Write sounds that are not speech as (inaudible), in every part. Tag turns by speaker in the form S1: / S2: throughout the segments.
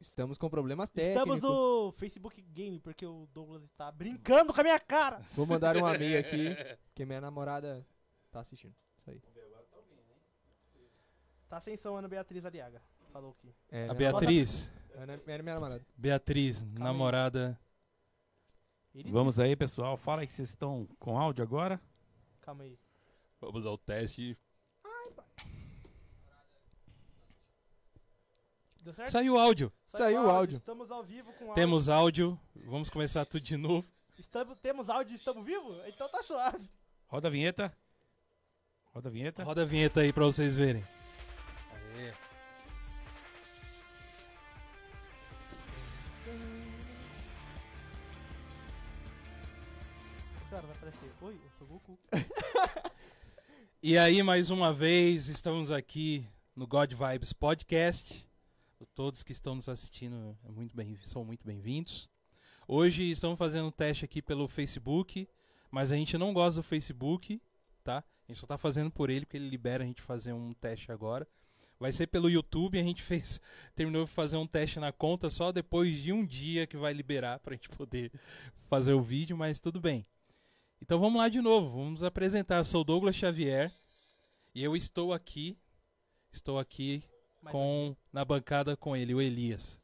S1: Estamos com problemas técnicos.
S2: Estamos no Facebook Game, porque o Douglas está brincando com a minha cara.
S1: Vou mandar um
S2: (laughs)
S1: e-mail aqui, que minha namorada tá assistindo. Isso aí.
S2: Tá sem som, Ana Beatriz Aliaga. Falou aqui.
S1: É,
S3: A
S1: minha
S3: Beatriz,
S1: namorada- Ana- Era minha namorada.
S3: Beatriz, namorada.
S2: Ele
S4: Vamos aí, pessoal. Fala aí que vocês estão com áudio agora.
S2: disse- Calma aí.
S3: Vamos ao teste.
S2: Deu certo?
S3: Saiu o áudio.
S1: Saiu o áudio.
S2: Estamos ao vivo com áudio.
S3: Temos áudio. Vamos começar tudo de novo.
S2: Estamos, temos áudio e estamos vivos? Então tá suave.
S4: Roda a vinheta. Roda a vinheta.
S3: Roda a vinheta aí pra vocês verem.
S2: Cara, vai aparecer. Oi, eu sou o Goku.
S3: E aí, mais uma vez, estamos aqui no God Vibes Podcast. Todos que estão nos assistindo é muito bem, são muito bem-vindos. Hoje estamos fazendo um teste aqui pelo Facebook, mas a gente não gosta do Facebook, tá? A gente só tá fazendo por ele, porque ele libera a gente fazer um teste agora. Vai ser pelo YouTube, a gente (laughs) fez, terminou de fazer um teste na conta só depois de um dia que vai liberar pra gente poder fazer o vídeo, mas tudo bem. Então vamos lá de novo, vamos nos apresentar. Eu sou o Douglas Xavier e eu estou aqui, estou aqui
S2: Mas
S3: com na bancada com ele, o Elias,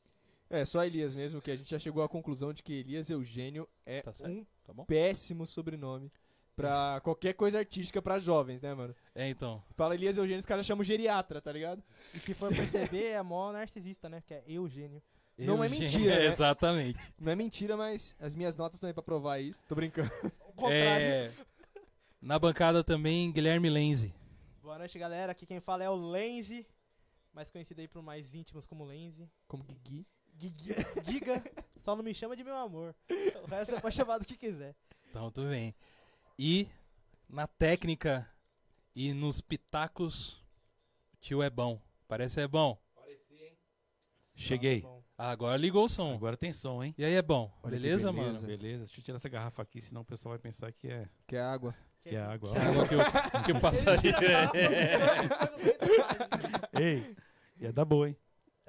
S1: É, só Elias mesmo, que a gente já chegou à conclusão de que Elias Eugênio é
S3: Tá certo.
S1: um
S3: tá bom?
S1: péssimo sobrenome pra qualquer coisa artística pra jovens, né, mano?
S3: É, então.
S1: Fala Elias Eugênio, os caras chamam geriatra, tá ligado?
S2: E se for perceber, é mó narcisista, né? Que é Eugênio.
S1: Não é
S3: Eugênio-
S1: mentira,
S3: (laughs)
S1: né?
S3: Exatamente.
S1: Não é mentira, mas as minhas notas estão aí pra provar isso. Tô brincando.
S2: O contrário.
S3: É, na bancada também Guilherme Lenze.
S2: Boa noite, galera. Aqui quem fala é o Lenzi, mais conhecido aí por mais íntimos como Lenzi.
S1: Como que Gui?
S2: Gigi- Giga, só não me chama de meu amor. O resto você pode chamar do que quiser.
S3: Então tudo bem. E na técnica e nos pitacos, o tio é bom. Parece é bom.
S4: Cheguei.
S2: Tá bom.
S3: Ah, agora ligou o som.
S4: Agora tem som, hein?
S3: E aí é bom.
S4: Olha que
S3: beleza,
S4: beleza,
S3: mano?
S4: Beleza. Deixa eu tirar essa garrafa aqui, senão o pessoal vai pensar que é,
S1: Que é água.
S4: que é água.
S3: A água que eu, que eu passaria.
S4: Ei, ia dar boa, hein?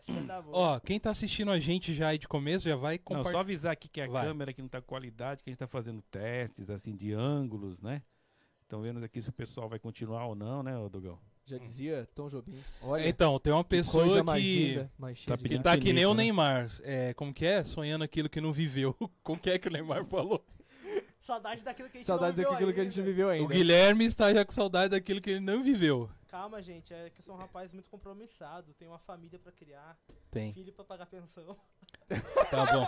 S2: Essa tá boa.
S3: Ó, quem tá assistindo a gente já aí de começo já vai
S4: Não,
S3: compartilhar.
S4: só avisar aqui que a
S3: Vai.
S4: câmera aqui não tá com qualidade, que a gente tá fazendo testes, assim, de ângulos, né? Estão vendo aqui se o pessoal vai continuar ou não, né, ô Dogão?
S1: Já dizia Tom Jobim. Olha,
S3: Então, tem uma
S1: que
S3: pessoa
S1: coisa mais
S3: que,
S1: linda, mais cheia
S4: Tá
S1: de
S3: que
S4: pedindo-
S3: tá que nem o
S4: Infinito, né?
S3: Neymar. É, como que é? Sonhando aquilo que não viveu. (laughs) Como que é que o Neymar falou?
S2: Saudade daquilo que
S1: graça.
S2: a gente
S1: Saudade
S2: não viveu né,
S1: daquilo que a gente
S2: ainda.
S1: viveu ainda.
S3: O Guilherme está já com saudade daquilo que ele não viveu.
S2: Calma, gente. É que eu sou um rapaz muito compromissado. Tenho uma família pra criar,
S3: Tem,
S2: filho pra pagar pensão. (laughs)
S3: tá
S4: (laughs)
S3: bom.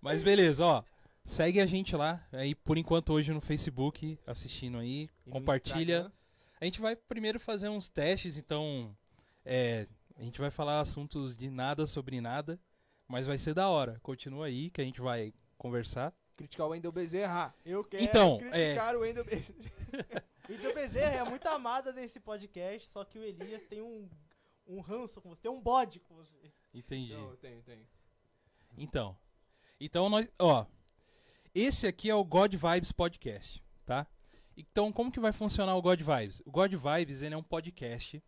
S3: Mas beleza, ó. Segue a gente lá, aí por enquanto hoje no Facebook, assistindo aí,
S1: E no
S3: compartilha.
S1: Instagram,
S3: A gente vai primeiro fazer uns testes, então. É, a gente vai falar assuntos de nada sobre nada, mas vai ser da hora. Continua aí que a gente vai conversar.
S1: Criticar o Wendel Bezerra. Ah, Eu quero
S3: Então,
S1: criticar o Wendel Bezerra.
S2: E o Bezerra é muito amada nesse podcast, só que o Elias tem um, um ranço com você, tem um bode com você.
S3: (laughs) Entendi.
S1: Não, tem, tem.
S3: Então. Então nós, ó, esse aqui é o God Vibes Podcast, tá? Então como que vai funcionar o God Vibes? O God Vibes ele é um podcast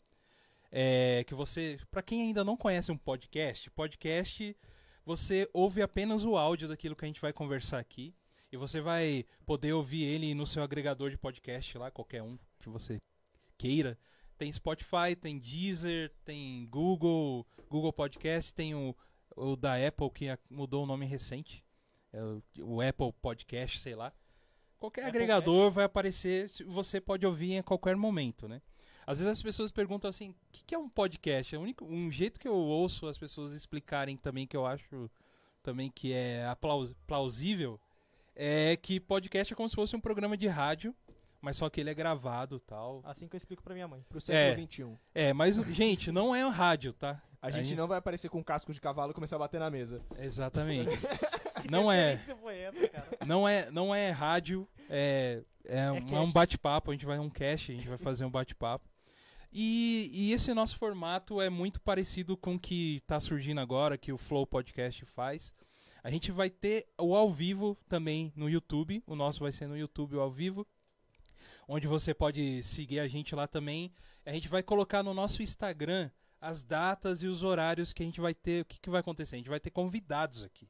S3: é, que você, Pra quem ainda não conhece um podcast, podcast você ouve apenas o áudio daquilo que a gente vai conversar aqui e você vai poder ouvir ele no seu agregador de podcast lá, qualquer um que você queira. Tem Spotify, tem Deezer, tem Google, Google Podcast, tem o o da Apple que a- mudou o nome recente. É o, o Apple Podcast, sei lá. Qualquer
S2: Apple
S3: agregador vai aparecer, se- você pode ouvir em qualquer momento, né? Às vezes as pessoas perguntam assim, o que, que é um podcast? É o único, um jeito que eu ouço as pessoas explicarem também, que eu acho também que é aplaus- plausível, é que podcast é como se fosse um programa de rádio, mas só que ele é gravado e tal.
S2: Assim que eu explico pra minha mãe.
S1: Pro século
S3: É.
S1: XXI.
S3: É, mas, gente, não é um rádio, tá?
S1: um. A gente
S3: Aí-
S1: não vai aparecer com um casco de cavalo e começar a bater na mesa.
S3: Exatamente. (laughs) não é.
S2: Que foi essa, cara?
S3: Não é, não é rádio, é, é, um- é um
S2: cast.
S3: bate-papo, a gente vai um cast, a gente vai fazer um bate-papo. E, e esse nosso formato é muito parecido com o que está surgindo agora, que o Flow Podcast faz. A gente vai ter o ao vivo também no YouTube, o nosso vai ser no YouTube o ao vivo, onde você pode seguir a gente lá também. A gente vai colocar no nosso Instagram as datas e os horários que a gente vai ter. O que, que vai acontecer? A gente vai ter convidados aqui.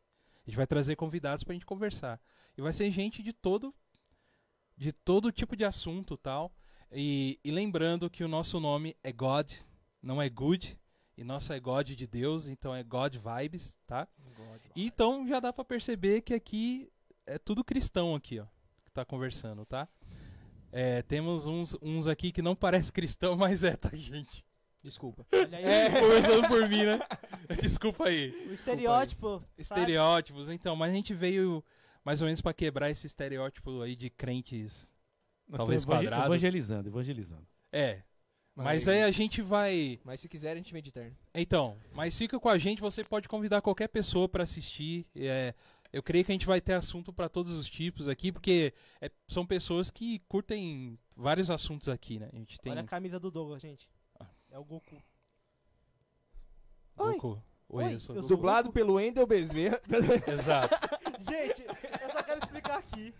S3: A gente vai trazer convidados pra gente conversar. E vai ser gente de todo de todo tipo de assunto tal. E, e lembrando que o nosso nome é God, não é Good. E nosso é God de Deus, então é God Vibes, tá? E Então já dá pra perceber que aqui é tudo cristão aqui, ó, que tá conversando, tá? É, temos uns, uns aqui que não parece cristão, (laughs) mas é, tá, gente?
S1: Desculpa.
S2: Olha aí,
S3: É. Conversando por mim, né? Desculpa aí.
S2: o estereótipo. sabe?
S3: Estereótipos, então, mas a gente veio mais ou menos pra quebrar esse estereótipo aí de crentes.
S4: Nós
S3: Talvez
S4: estamos evangel-
S3: quadrados.
S4: Evangelizando, evangelizando.
S3: É, mas aí a gente vai.
S1: Mas se quiser, a gente vem de terno.
S3: Então, mas fica com a gente, você pode convidar qualquer pessoa pra assistir. é, eu creio que a gente vai ter assunto pra todos os tipos aqui, porque é, são pessoas que curtem vários assuntos aqui, né? A gente tem
S2: Olha a camisa do Douglas, gente.
S3: Ah.
S2: É o Goku. (laughs) Oi.
S3: Goku. Oi,
S2: Oi,
S3: eu sou
S2: eu
S3: Goku.
S2: sou-
S1: Dublado pelo Endel Bezerra. (laughs)
S2: (laughs)
S3: Exato.
S2: Gente, eu só quero explicar aqui.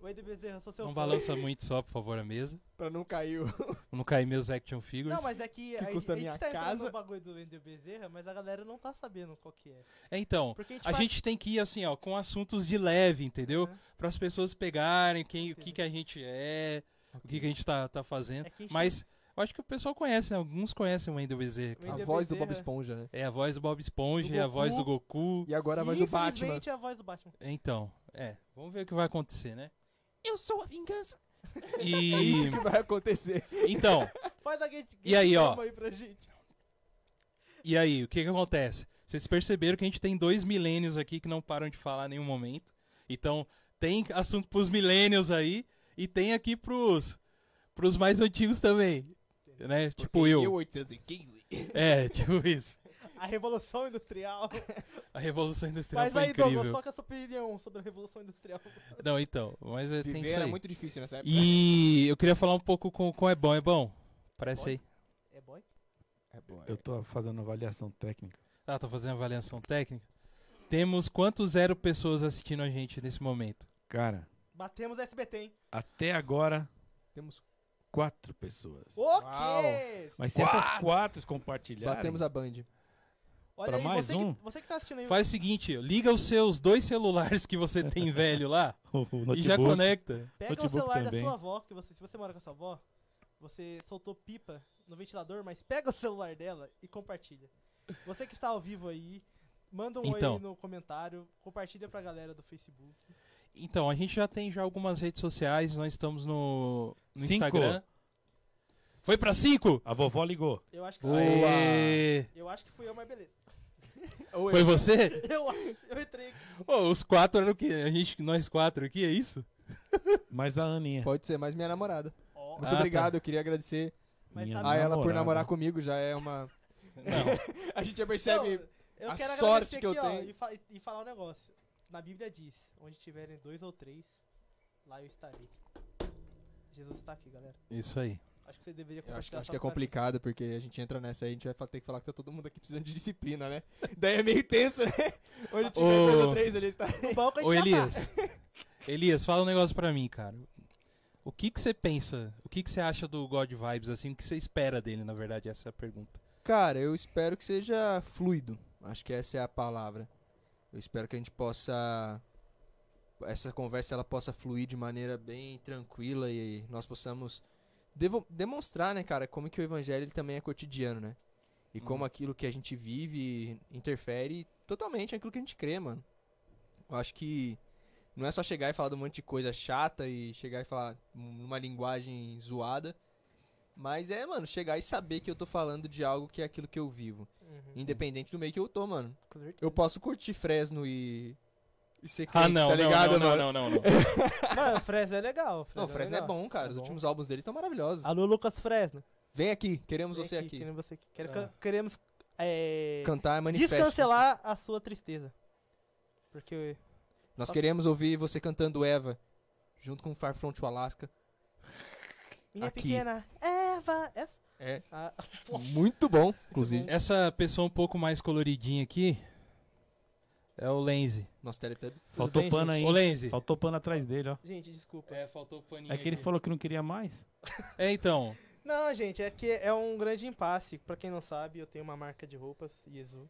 S2: Oi, de Bezerra, sou seu
S3: Não
S2: fã.
S3: balança muito só, por favor, a mesa.
S1: pra não cair. o-
S3: Não cair meus action figures.
S2: Não, mas é que, a, gente-
S1: custa
S2: a gente
S1: minha
S2: tá entrando
S1: casa.
S2: no bagulho do Wendel Bezerra, mas a galera não tá sabendo qual que é.
S3: É, Então,
S2: Porque a gente,
S3: a
S2: faz-
S3: gente tem que ir assim, ó, com assuntos de leve, entendeu?
S2: Aham.
S3: Para as pessoas pegarem quem, o que, que a gente é, o que, que a gente tá, tá fazendo.
S2: É que a gente
S3: Mas eu acho que o pessoal conhece, né? Alguns conhecem o Wendel Bezerra. cara.
S1: A
S2: Wendel
S1: voz do Bob
S2: Bezerra.
S1: Esponja, né?
S3: É a voz do Bob Esponja,
S2: Do
S3: é a
S2: Goku.
S3: voz do Goku.
S1: E agora a voz do Batman.
S2: Infelizmente, é a voz do Batman.
S3: Então, é. Vamos ver o que vai acontecer, né?
S2: Eu sou a vingança.
S1: É isso
S2: (laughs)
S3: E.
S1: que vai acontecer.
S3: então,
S2: Faz a gente.
S3: E aí, ó.
S2: Aí pra gente.
S3: e aí, o que, que acontece? Vocês perceberam que a gente tem dois milênios aqui que não param de falar em nenhum momento. Então, tem assunto pros milênios aí e tem aqui pros, pros mais antigos também. Né? Tipo eu.
S1: 1815.
S3: É, tipo isso.
S2: A Revolução Industrial.
S3: A Revolução Industrial
S2: Mas
S3: foi
S2: aí,
S3: incrível.
S2: Douglas, qual que é a sua opinião sobre a Revolução Industrial?
S3: Não, então, mas é, tem
S1: Viver
S3: isso
S1: era
S3: aí.
S1: muito difícil nessa época.
S3: E eu queria falar um pouco com, com o Ebon. Ebon, parece aí.
S2: É boy?
S1: É boa.
S4: Eu tô fazendo avaliação técnica.
S3: Ah, tá fazendo avaliação técnica. Temos quantos zero pessoas assistindo a gente nesse momento?
S4: Cara,
S2: Batemos SBT, hein?
S4: até agora,
S1: Temos...
S4: quatro pessoas.
S2: O
S1: Uau.
S2: quê?
S4: Mas se essas quatro compartilharem...
S1: Batemos a Band.
S2: Olha
S4: Pra
S2: aí,
S4: mais
S2: você,
S4: um?
S2: que, você que tá assistindo aí.
S3: Faz o seguinte, liga os seus dois celulares que você tem velho lá
S4: o
S3: e já
S4: notebook.
S3: conecta.
S2: Pega o
S4: Notebook
S2: celular
S4: também.
S2: da sua avó, que você, se você mora com a sua avó, você soltou pipa no ventilador, mas pega o celular dela e compartilha. Você que está ao vivo aí, manda um oi
S3: Então.
S2: aí no comentário, compartilha pra galera do Facebook.
S3: Então, a gente já tem já algumas redes sociais, nós estamos no, no
S4: Cinco.
S3: Instagram. Foi pra cinco?
S4: A vovó ligou.
S2: Eu acho que
S1: Boa.
S3: Aê!
S2: eu acho que fui eu,
S1: (laughs)
S2: mas beleza.
S3: Foi você?
S2: (laughs) Eu acho, eu entrei aqui.
S3: Ô, os quatro eram o quê? A gente, nós quatro aqui, é isso?
S4: Mas a Aninha.
S1: Pode ser mais minha namorada.
S2: Ó,
S1: Muito
S3: Ah,
S1: obrigado, eu queria agradecer
S2: mas
S4: Minha
S2: sabe-
S1: a Ah, ela por
S4: Namorada.
S1: namorar comigo, já é uma...
S3: Não.
S1: (laughs) A gente já
S2: Não,
S1: percebe...
S2: eu
S1: a
S2: quero
S1: sorte
S2: agradecer
S1: que eu
S2: aqui, ó,
S1: tenho.
S2: e, fa- e falar um negócio. Na Bíblia diz, onde tiverem dois ou três, lá eu estarei. Jesus está aqui, galera.
S3: Isso aí.
S2: Acho que você deveria
S1: Eu
S2: compartilhar
S3: tá
S1: acho, que- acho
S2: só
S1: que é
S2: com a galera.
S1: complicado, porque a gente entra nessa aí, a gente vai fa- ter que falar que tá todo mundo aqui precisando de disciplina, né? Daí é meio tenso, né? Onde tiver
S3: Ô.
S1: dois ou três ali, está.
S2: No banco a gente
S3: Ô,
S2: já tá.
S3: Elias. Elias, fala um negócio pra mim, cara. O que que você pensa? O que que você acha do God Vibes, assim? O que você espera dele, na verdade? Essa é a pergunta.
S1: Cara, eu espero que seja fluido. Acho que essa é a palavra. Eu espero que a gente possa. Essa conversa ela possa fluir de maneira bem tranquila e nós possamos devo- demonstrar, né, cara, como que o evangelho ele também é cotidiano, né? E como
S3: Uhum.
S1: aquilo que a gente vive interfere totalmente naquilo que a gente crê, mano. Eu acho que não é só chegar e falar de um monte de coisa chata e chegar e falar numa linguagem zoada. Mas é, mano, chegar e saber que eu tô falando de algo que é aquilo que eu vivo.
S2: Uhum.
S1: Independente do meio que eu tô, mano.
S2: Com certeza.
S1: Eu posso curtir Fresno e. E ser
S3: Ah,
S1: crente,
S3: não,
S1: tá
S3: não,
S1: ligado,
S3: não,
S1: mano?
S3: não, não, não, não.
S2: (laughs) Não, o Fresno é legal.
S1: Não, o Fresno é
S2: legal.
S1: bom, cara.
S2: É
S1: Os
S2: bom.
S1: últimos álbuns dele estão maravilhosos.
S2: Alô, Lucas Fresno.
S1: Vem aqui, queremos
S2: Vem
S1: você aqui.
S2: Queremos você aqui. Quero-
S3: Ah.
S2: Queremos é,
S1: Cantar é manifesto.
S2: descancelar a sua tristeza. Porque
S1: Nós queremos ouvir você cantando Eva. Junto com Far Front to Alaska.
S2: minha
S1: Aqui.
S2: pequena Eva... Essa...
S1: É.
S2: Ah,
S1: Muito bom, inclusive.
S2: bom.
S3: Essa pessoa um pouco mais coloridinha aqui é o Lenzi.
S1: Nosso Teletubbies.
S2: tudo
S4: Faltou
S2: bem,
S4: pano
S2: gente?
S3: Ô, Lenzi.
S4: Faltou pano Tá atrás dele, ó.
S2: Gente, desculpa.
S3: É, faltou o paninho
S4: É que ele
S3: aqui.
S4: falou que não queria mais.
S3: É, então.
S2: Não, gente, é que é um grande impasse. Pra quem não sabe, eu tenho uma marca de roupas, Yezu.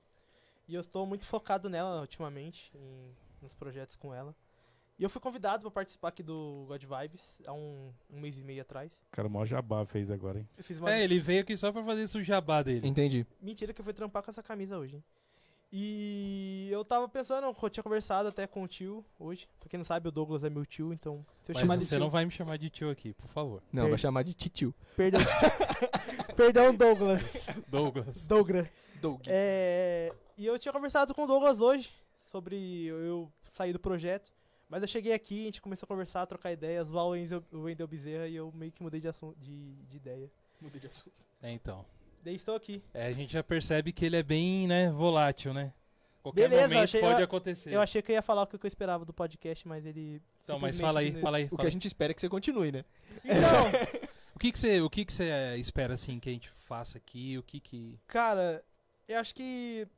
S2: E eu estou muito focado nela ultimamente, em, nos projetos com ela. E eu fui convidado pra participar aqui do God Vibes há um, um mês e meio atrás.
S4: Cara, o maior jabá fez agora, hein?
S2: Eu fiz uma
S3: É, ele veio aqui só pra fazer isso o jabá dele.
S1: Entendi.
S2: Mentira que eu fui trampar com essa camisa hoje. hein? E eu tava pensando, eu tinha conversado até com o tio hoje. Pra quem não sabe, o Douglas é meu tio, então. Se eu
S3: Mas
S2: chamar de
S3: você
S2: tio,
S3: não vai me chamar de tio aqui, por favor.
S1: Não,
S2: Ei.
S1: vai chamar de titio.
S3: (laughs)
S2: Perdão. Perdão, Douglas.
S3: Douglas.
S2: Douglas.
S1: Doug.
S2: É, e eu tinha conversado com o Douglas hoje sobre eu sair do projeto. Mas eu cheguei aqui, a gente começou a conversar, a trocar ideias, zoar o Enzo- o Wendel Bezerra e eu meio que mudei de, assun- de, de ideia.
S1: Mudei de assunto.
S3: É, então.
S2: Daí estou aqui.
S3: É, a gente já percebe que ele é bem, né, volátil, né? Qualquer
S2: Beleza,
S3: momento
S2: achei-
S3: pode
S2: eu-
S3: acontecer.
S2: Eu achei que eu ia falar o que eu esperava do podcast, mas ele.
S3: Então, mas
S2: simplesmente
S3: fala aí,
S2: diminuiu.
S3: fala aí.
S1: O
S3: fala
S1: que a
S3: aí.
S1: gente espera é que você continue, né?
S2: Então,
S3: O que que você, o que que você espera assim que a gente faça aqui? O que que
S2: Cara, eu acho que.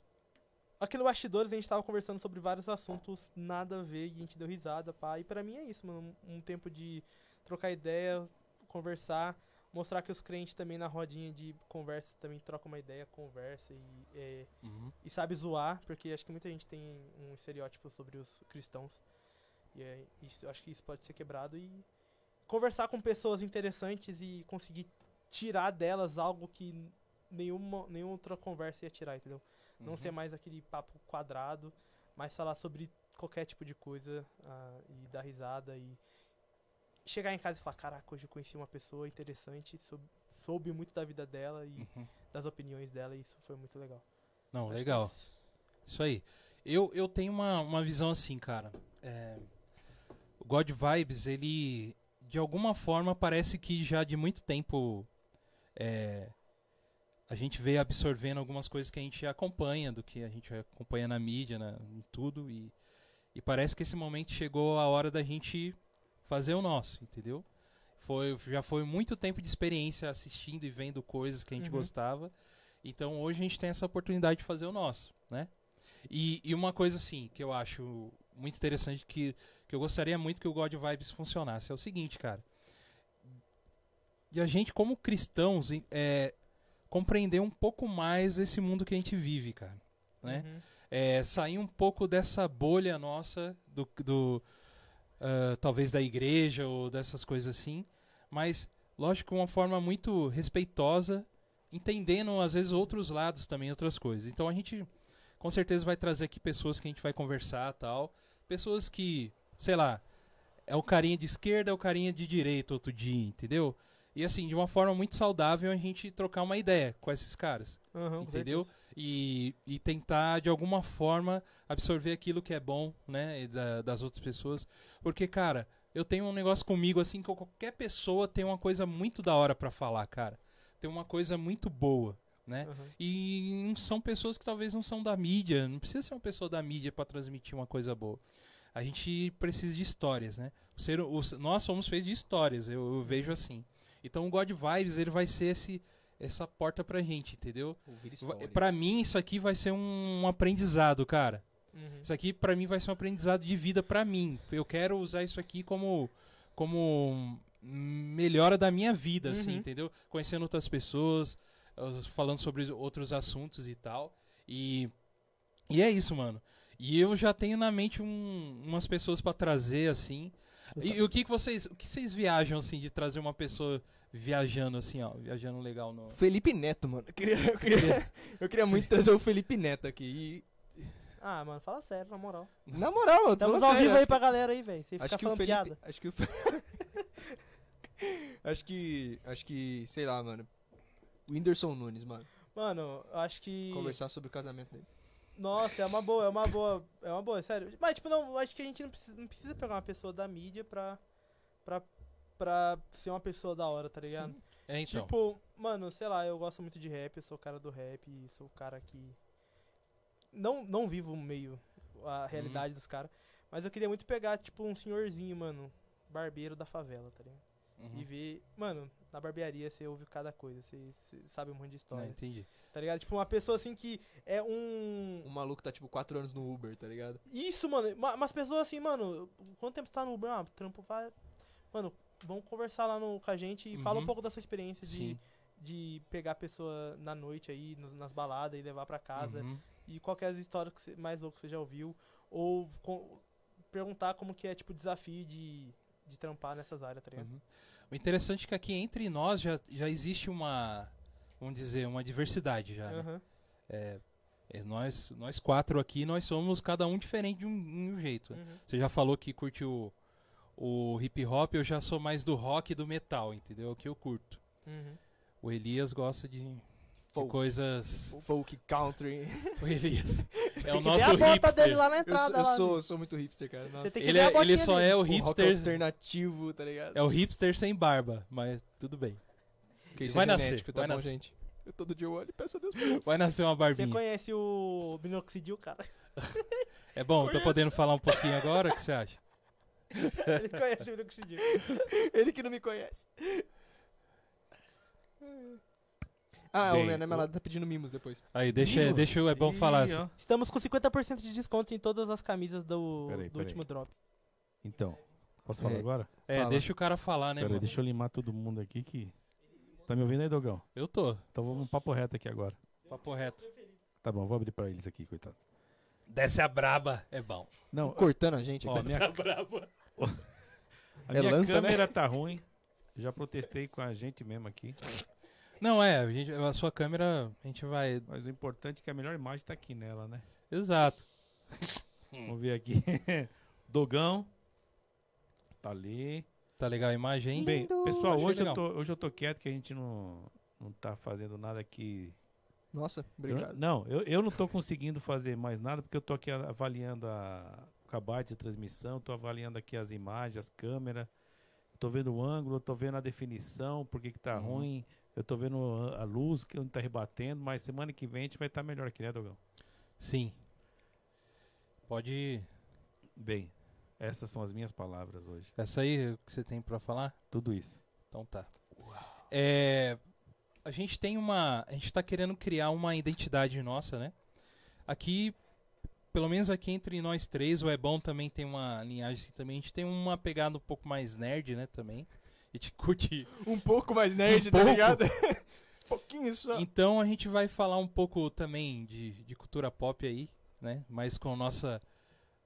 S2: Aqui no Bastidores a gente tava conversando sobre vários assuntos, nada a ver, e a gente deu risada, pá. E pra mim é isso, mano. Um um tempo de trocar ideia, conversar, mostrar que os crentes também na rodinha de conversa também trocam uma ideia, conversa e, é,
S3: Uhum.
S2: e sabe zoar, porque acho que muita gente tem um estereótipo sobre os cristãos. E é, isso- eu acho que isso pode ser quebrado e conversar com pessoas interessantes e conseguir tirar delas algo que n- nenhuma, nenhuma outra conversa ia tirar, entendeu?
S3: Uhum.
S2: Não ser mais aquele papo quadrado, mas falar sobre qualquer tipo de coisa ah, e dar risada e chegar em casa e falar, caraca, hoje eu conheci uma pessoa interessante, soube, soube muito da vida dela e
S3: Uhum.
S2: das opiniões dela e isso foi muito legal.
S3: Não,
S2: Acho que é
S3: legal.
S2: isso-
S3: Isso aí. Eu, eu tenho uma, uma visão assim, cara. É, o God Vibes, ele de alguma forma parece que já de muito tempo é, a gente veio absorvendo algumas coisas que a gente acompanha, do que a gente acompanha na mídia, na, em tudo. E, e parece que esse momento chegou a hora da gente fazer o nosso, entendeu? Foi, já foi muito tempo de experiência assistindo e vendo coisas que a gente
S2: Uhum.
S3: gostava. Então hoje a gente tem essa oportunidade de fazer o nosso, né? E, e uma coisa assim que eu acho muito interessante que, que eu gostaria muito que o God Vibes funcionasse é o seguinte, cara. De a gente como cristãos em- é, compreender um pouco mais esse mundo que a gente vive, cara, né?
S2: Uhum.
S3: é, sair um pouco dessa bolha nossa, do, do, ah, talvez da igreja ou dessas coisas assim, mas lógico, uma forma muito respeitosa, entendendo às vezes outros lados também, outras coisas. Então a gente com certeza vai trazer aqui pessoas que a gente vai conversar tal, pessoas que, sei lá, é o carinha de esquerda, é o carinha de direita outro dia, entendeu? E assim, de uma forma muito saudável a gente trocar uma ideia com esses caras
S1: Uhum.
S2: Aham, com
S3: Entendeu?
S2: certeza.
S3: e, e tentar de alguma forma absorver aquilo que é bom, né, e da- das outras pessoas. Porque, cara, eu tenho um negócio comigo assim que qualquer pessoa tem uma coisa muito da hora pra falar, cara. Tem uma coisa muito boa, né?
S1: Uhum.
S2: Aham.
S3: E não são pessoas que talvez não são da mídia, não precisa ser uma pessoa da mídia pra transmitir uma coisa boa. A gente precisa de histórias, né? O ser, o, nós somos feitos de histórias, eu, eu vejo assim. Então o God Vibes, ele vai ser esse essa porta pra gente, entendeu?
S1: Ouvir
S3: Va- Pra mim, isso aqui vai ser um, um aprendizado, cara.
S2: Uhum.
S3: Isso aqui, pra mim, vai ser um aprendizado de vida pra mim. Eu quero usar isso aqui como, como hum, melhora da minha vida, assim,
S2: Uhum.
S3: entendeu? Conhecendo outras pessoas, eh, falando sobre outros assuntos e tal. E, e é isso, mano. E eu já tenho na mente um- umas pessoas pra trazer, assim. E, e o que, que vocês. O que vocês viajam, assim, de trazer uma pessoa viajando, assim, ó, viajando legal no.
S1: Felipe Neto, mano. Eu queria, eu queria, eu queria muito trazer o Felipe Neto aqui.
S2: Ah, mano, fala sério, na moral.
S1: E, na moral, mano, tô
S2: Estamos
S1: falando
S2: ao
S1: sério,
S2: vivo
S1: acho
S2: aí
S1: que-
S2: pra galera aí, velho. Você fica
S1: Acho que, o
S2: falando
S1: Felipe,
S2: piada.
S1: acho que o Fe- (laughs) Acho que. Acho que. Sei lá, mano. O Whindersson Nunes, mano.
S2: Mano, eu acho que.
S1: Conversar sobre o casamento dele.
S2: Nossa, é uma boa, é uma boa. É uma boa, sério. Mas, tipo, não, eu acho que a gente não precisa, não precisa pegar uma pessoa da mídia pra. pra. pra ser uma pessoa da hora, tá ligado?
S3: É, então.
S2: Tipo, mano, sei lá, eu gosto muito de rap, eu sou o cara do rap, e sou o cara que. Não, não vivo meio
S3: Uhum.
S2: a realidade dos caras. Mas eu queria muito pegar, tipo, um senhorzinho, mano. Barbeiro da favela, tá ligado?
S3: Uhum.
S2: E ver. Mano, na barbearia você ouve cada coisa, você, você sabe um monte de
S3: Não,
S2: história.
S3: entendi.
S2: Tá ligado? Tipo, uma pessoa assim que é um.
S1: O maluco tá tipo 4 anos no Uber, tá ligado?
S2: Isso, mano. ma- Mas pessoas assim, mano, quanto tempo você tá no Uber? Ah, trampo vai. Mano, vão conversar lá no, com a gente e
S3: Uhum.
S2: fala um pouco da sua experiência de,
S3: Sim.
S2: de pegar a pessoa na noite aí, nos- nas baladas e levar pra casa.
S3: Uhum.
S2: E qualquer história que você, mais louca que você já ouviu. Ou co- perguntar como que é, tipo, o desafio de, de trampar nessas áreas, tá ligado?
S3: Uhum. O interessante é que aqui entre nós já, já existe uma, vamos dizer, uma diversidade já. né?
S2: Aham.
S3: É, é, nós, nós quatro aqui, nós somos cada um diferente de um, de um jeito. né?
S2: Uhum.
S3: Você já falou que curte o, o hip hop, eu já sou mais do rock e do metal, entendeu? É o que eu curto.
S2: Uhum.
S3: O Elias gosta de, de
S1: Folk.
S3: coisas...
S1: Folk country.
S3: (laughs)
S2: (laughs)
S3: O Elias é
S2: Tem que ver
S3: o nosso
S2: a bota dele
S3: hipster.
S2: lá
S1: Eu,
S2: na
S1: sou,
S2: entrada.
S1: eu
S2: tá lá. né?
S1: sou, eu sou muito hipster, cara. Nossa.
S2: Você tem que
S3: Ele,
S2: ver a
S3: é- ele
S2: botinha
S3: só
S2: dele.
S3: é o
S1: O rock
S3: hipster...
S1: alternativo, tá ligado?
S3: É o hipster sem barba, mas tudo bem.
S1: Que isso
S3: Vai
S1: é
S3: nascer,
S1: genético, tá
S3: vai
S1: bom,
S3: nascer.
S1: gente? Eu todo dia eu olho e peço a Deus por
S3: (laughs)
S1: isso.
S3: Vai nascer uma
S2: Você
S3: barbinha.
S2: conhece o Minoxidil,
S3: (laughs)
S2: cara?
S3: É bom, tá
S2: Conheço.
S3: podendo falar um pouquinho agora? O que você acha?
S2: Ele conhece o Minoxidil.
S1: (laughs) Ele que não me conhece. Ah,
S4: Bem,
S1: o Leandro
S4: o-
S1: Melado tá pedindo mimos depois.
S3: Aí, deixa,
S4: Mimos?
S3: deixa o- é bom
S4: Ih,
S3: falar. assim.
S4: ó.
S2: Estamos com 50% de desconto em todas as camisas do,
S4: Peraí,
S2: do
S4: peraí.
S2: último drop.
S4: Então, posso falar
S1: É.
S4: agora?
S3: É,
S1: Fala.
S3: deixa o cara falar, né,
S4: Peraí,
S3: mano?
S4: deixa eu limar todo mundo aqui que. Tá me ouvindo aí, Dogão?
S3: Eu tô.
S4: Então vamos um papo reto aqui agora.
S3: Papo reto.
S4: Tá bom, vou abrir pra eles aqui, coitado.
S3: Desce a braba, é bom.
S4: Não,
S1: Cortando a gente
S4: ó,
S1: aqui.
S4: minha,
S3: A braba.
S4: a
S1: É
S4: minha
S1: lança, né?
S4: câmera tá ruim. Já protestei com a gente mesmo aqui.
S3: Não, é, a, gente, a sua câmera, a gente vai.
S4: Mas o importante é que a melhor imagem tá aqui nela, né?
S3: Exato.
S4: Vamos ver aqui. (laughs) Dogão. Tá ali.
S3: Tá legal a imagem, hein?
S4: Bem, pessoal,
S3: Achei
S4: hoje eu,
S3: legal.
S4: tô, hoje eu tô quieto que a gente não, não tá fazendo nada que.
S1: Nossa,
S4: Eu-
S1: obrigado.
S4: não, eu, eu não tô conseguindo fazer mais nada porque eu tô aqui a- avaliando a cabide de transmissão, tô avaliando aqui as imagens, as câmeras, tô vendo o ângulo, tô vendo a definição, por que que tá
S3: Uhum.
S4: ruim, eu tô vendo a, a luz que não tá rebatendo, mas semana que vem a gente vai estar melhor aqui, né, Dogão?
S3: Sim. Pode.
S4: Bem, essas são as minhas palavras hoje.
S3: Essa aí é o que você tem pra falar?
S4: Tudo isso.
S3: Então tá. É, a gente tem uma. A gente tá querendo criar uma identidade nossa, né? Aqui, pelo menos aqui entre nós três, o É Bom também tem uma linhagem assim também. A gente tem uma pegada um pouco mais nerd, né? Também. A gente (laughs) curte.
S1: Um pouco mais nerd,
S3: Um
S1: tá
S3: pouco.
S1: ligado? (laughs) Pouquinho só.
S3: Então a gente vai falar um pouco também de, de cultura pop aí, né? Mas com nossa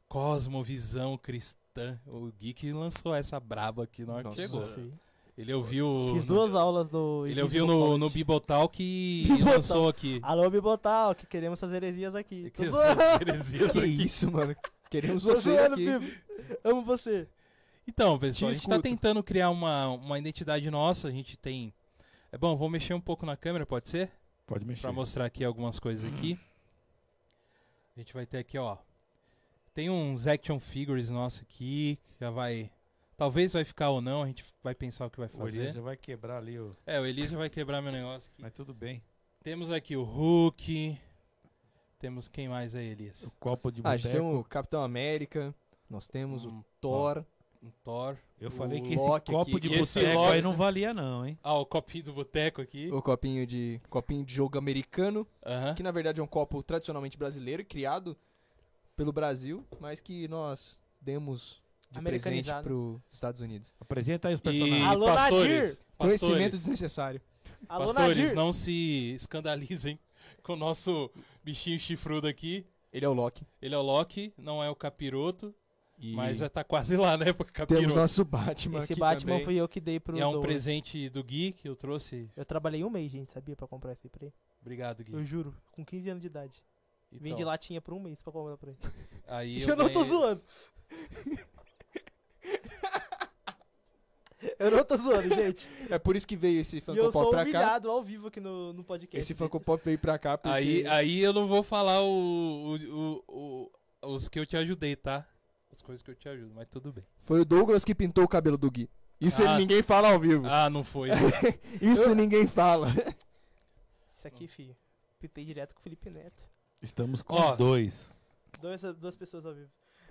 S3: cosmovisão cristã. O Geek lançou essa braba aqui na hora que
S1: Nossa.
S3: chegou.
S1: Sim.
S3: Ele ouviu.
S2: Fiz
S3: no-
S2: duas aulas do.
S3: Ele
S2: Invisible
S3: ouviu no,
S2: College.
S3: no Bibotal
S1: (laughs)
S3: que
S2: Bibotal.
S3: lançou aqui.
S1: Ah,
S3: (laughs)
S2: Alô, Bibotal, que queremos essas heresias aqui. Tô
S3: Que
S2: zoando,
S1: (laughs)
S3: essas heresias
S1: Que
S3: aqui.
S1: isso, mano. Queremos
S2: tô
S1: você
S2: zoando,
S1: aqui.
S2: Bibo. Amo você.
S3: Então, pessoal, a
S1: Te
S3: gente tá
S1: escuto.
S3: tentando criar uma, uma identidade nossa. A gente tem. É bom, vou mexer um pouco na câmera, pode ser?
S4: Pode mexer.
S3: Pra mostrar aqui algumas coisas
S1: Uhum.
S3: aqui. A gente vai ter aqui, ó. Tem uns action figures nosso aqui. que Já vai. Talvez vai ficar ou não, a gente vai pensar o que vai
S4: O Elias
S3: fazer.
S4: já vai quebrar ali, o...
S3: É, o Elisa vai quebrar meu negócio aqui.
S4: mas tudo bem.
S3: Temos aqui o Hulk. Temos quem mais aí, Elias?
S4: O copo de
S1: Ah, a gente tem
S4: boteco.
S1: o Capitão América, nós temos o
S3: Um-
S1: Thor.
S3: um Thor.
S4: Eu falei
S1: o
S4: que esse
S1: Loki
S4: copo
S1: aqui.
S4: de
S3: E esse
S4: boteco
S3: Loki-
S4: aí não valia não, hein?
S3: Ah, o copinho do boteco aqui.
S1: O copinho de copinho de jogo americano,
S3: Aham.
S1: que na verdade é um copo tradicionalmente brasileiro, criado pelo Brasil, mas que nós demos de presente
S2: Americanizado.
S1: pros Estados Unidos.
S4: Apresenta aí os
S3: E
S4: personagens.
S2: Alô,
S3: pastores, pastores,
S1: Conhecimento desnecessário.
S2: Alô,
S3: pastores,
S2: Nadir.
S3: não se escandalizem (laughs) com o nosso bichinho chifrudo aqui.
S1: Ele é o Loki.
S3: Ele é o Loki, não é o Capiroto,
S1: E
S3: mas já tá quase lá, né? Porque
S1: temos
S3: Capiroto
S1: nosso Batman
S2: Esse
S1: aqui
S2: Batman
S1: também.
S2: fui eu que dei pro.
S3: é um
S2: Douglas.
S3: presente do Gui que eu trouxe.
S2: Eu trabalhei um mês, gente, sabia? Pra comprar esse pra ele.
S3: Obrigado, Gui.
S2: Eu juro, com 15 anos de idade. Vim
S3: Então,
S2: de latinha por um mês pra comprar pra ele. (laughs)
S3: Aí
S2: Eu, não tô
S3: ganhei-
S2: zoando. eu não tô zoando, gente.
S1: É por isso que veio esse
S2: E
S1: Funko
S2: eu
S1: Pop
S2: sou
S1: pra cá.
S2: humilhado ao vivo aqui no, no podcast.
S1: Esse Funko Pop veio pra cá porque...
S3: Aí, aí eu não vou falar o, o- o- o- os que eu te ajudei, tá? As coisas que eu te ajudo, mas tudo bem.
S1: Foi o Douglas que pintou o cabelo do Gui. Isso
S3: Ah.
S1: ele- ninguém fala ao vivo.
S3: Ah, não foi.
S1: Isso ninguém fala.
S2: Isso aqui, filho. Pitei direto com o Felipe Neto.
S4: Estamos com
S3: Ó.
S4: os dois.
S2: Dois, duas pessoas ao vivo.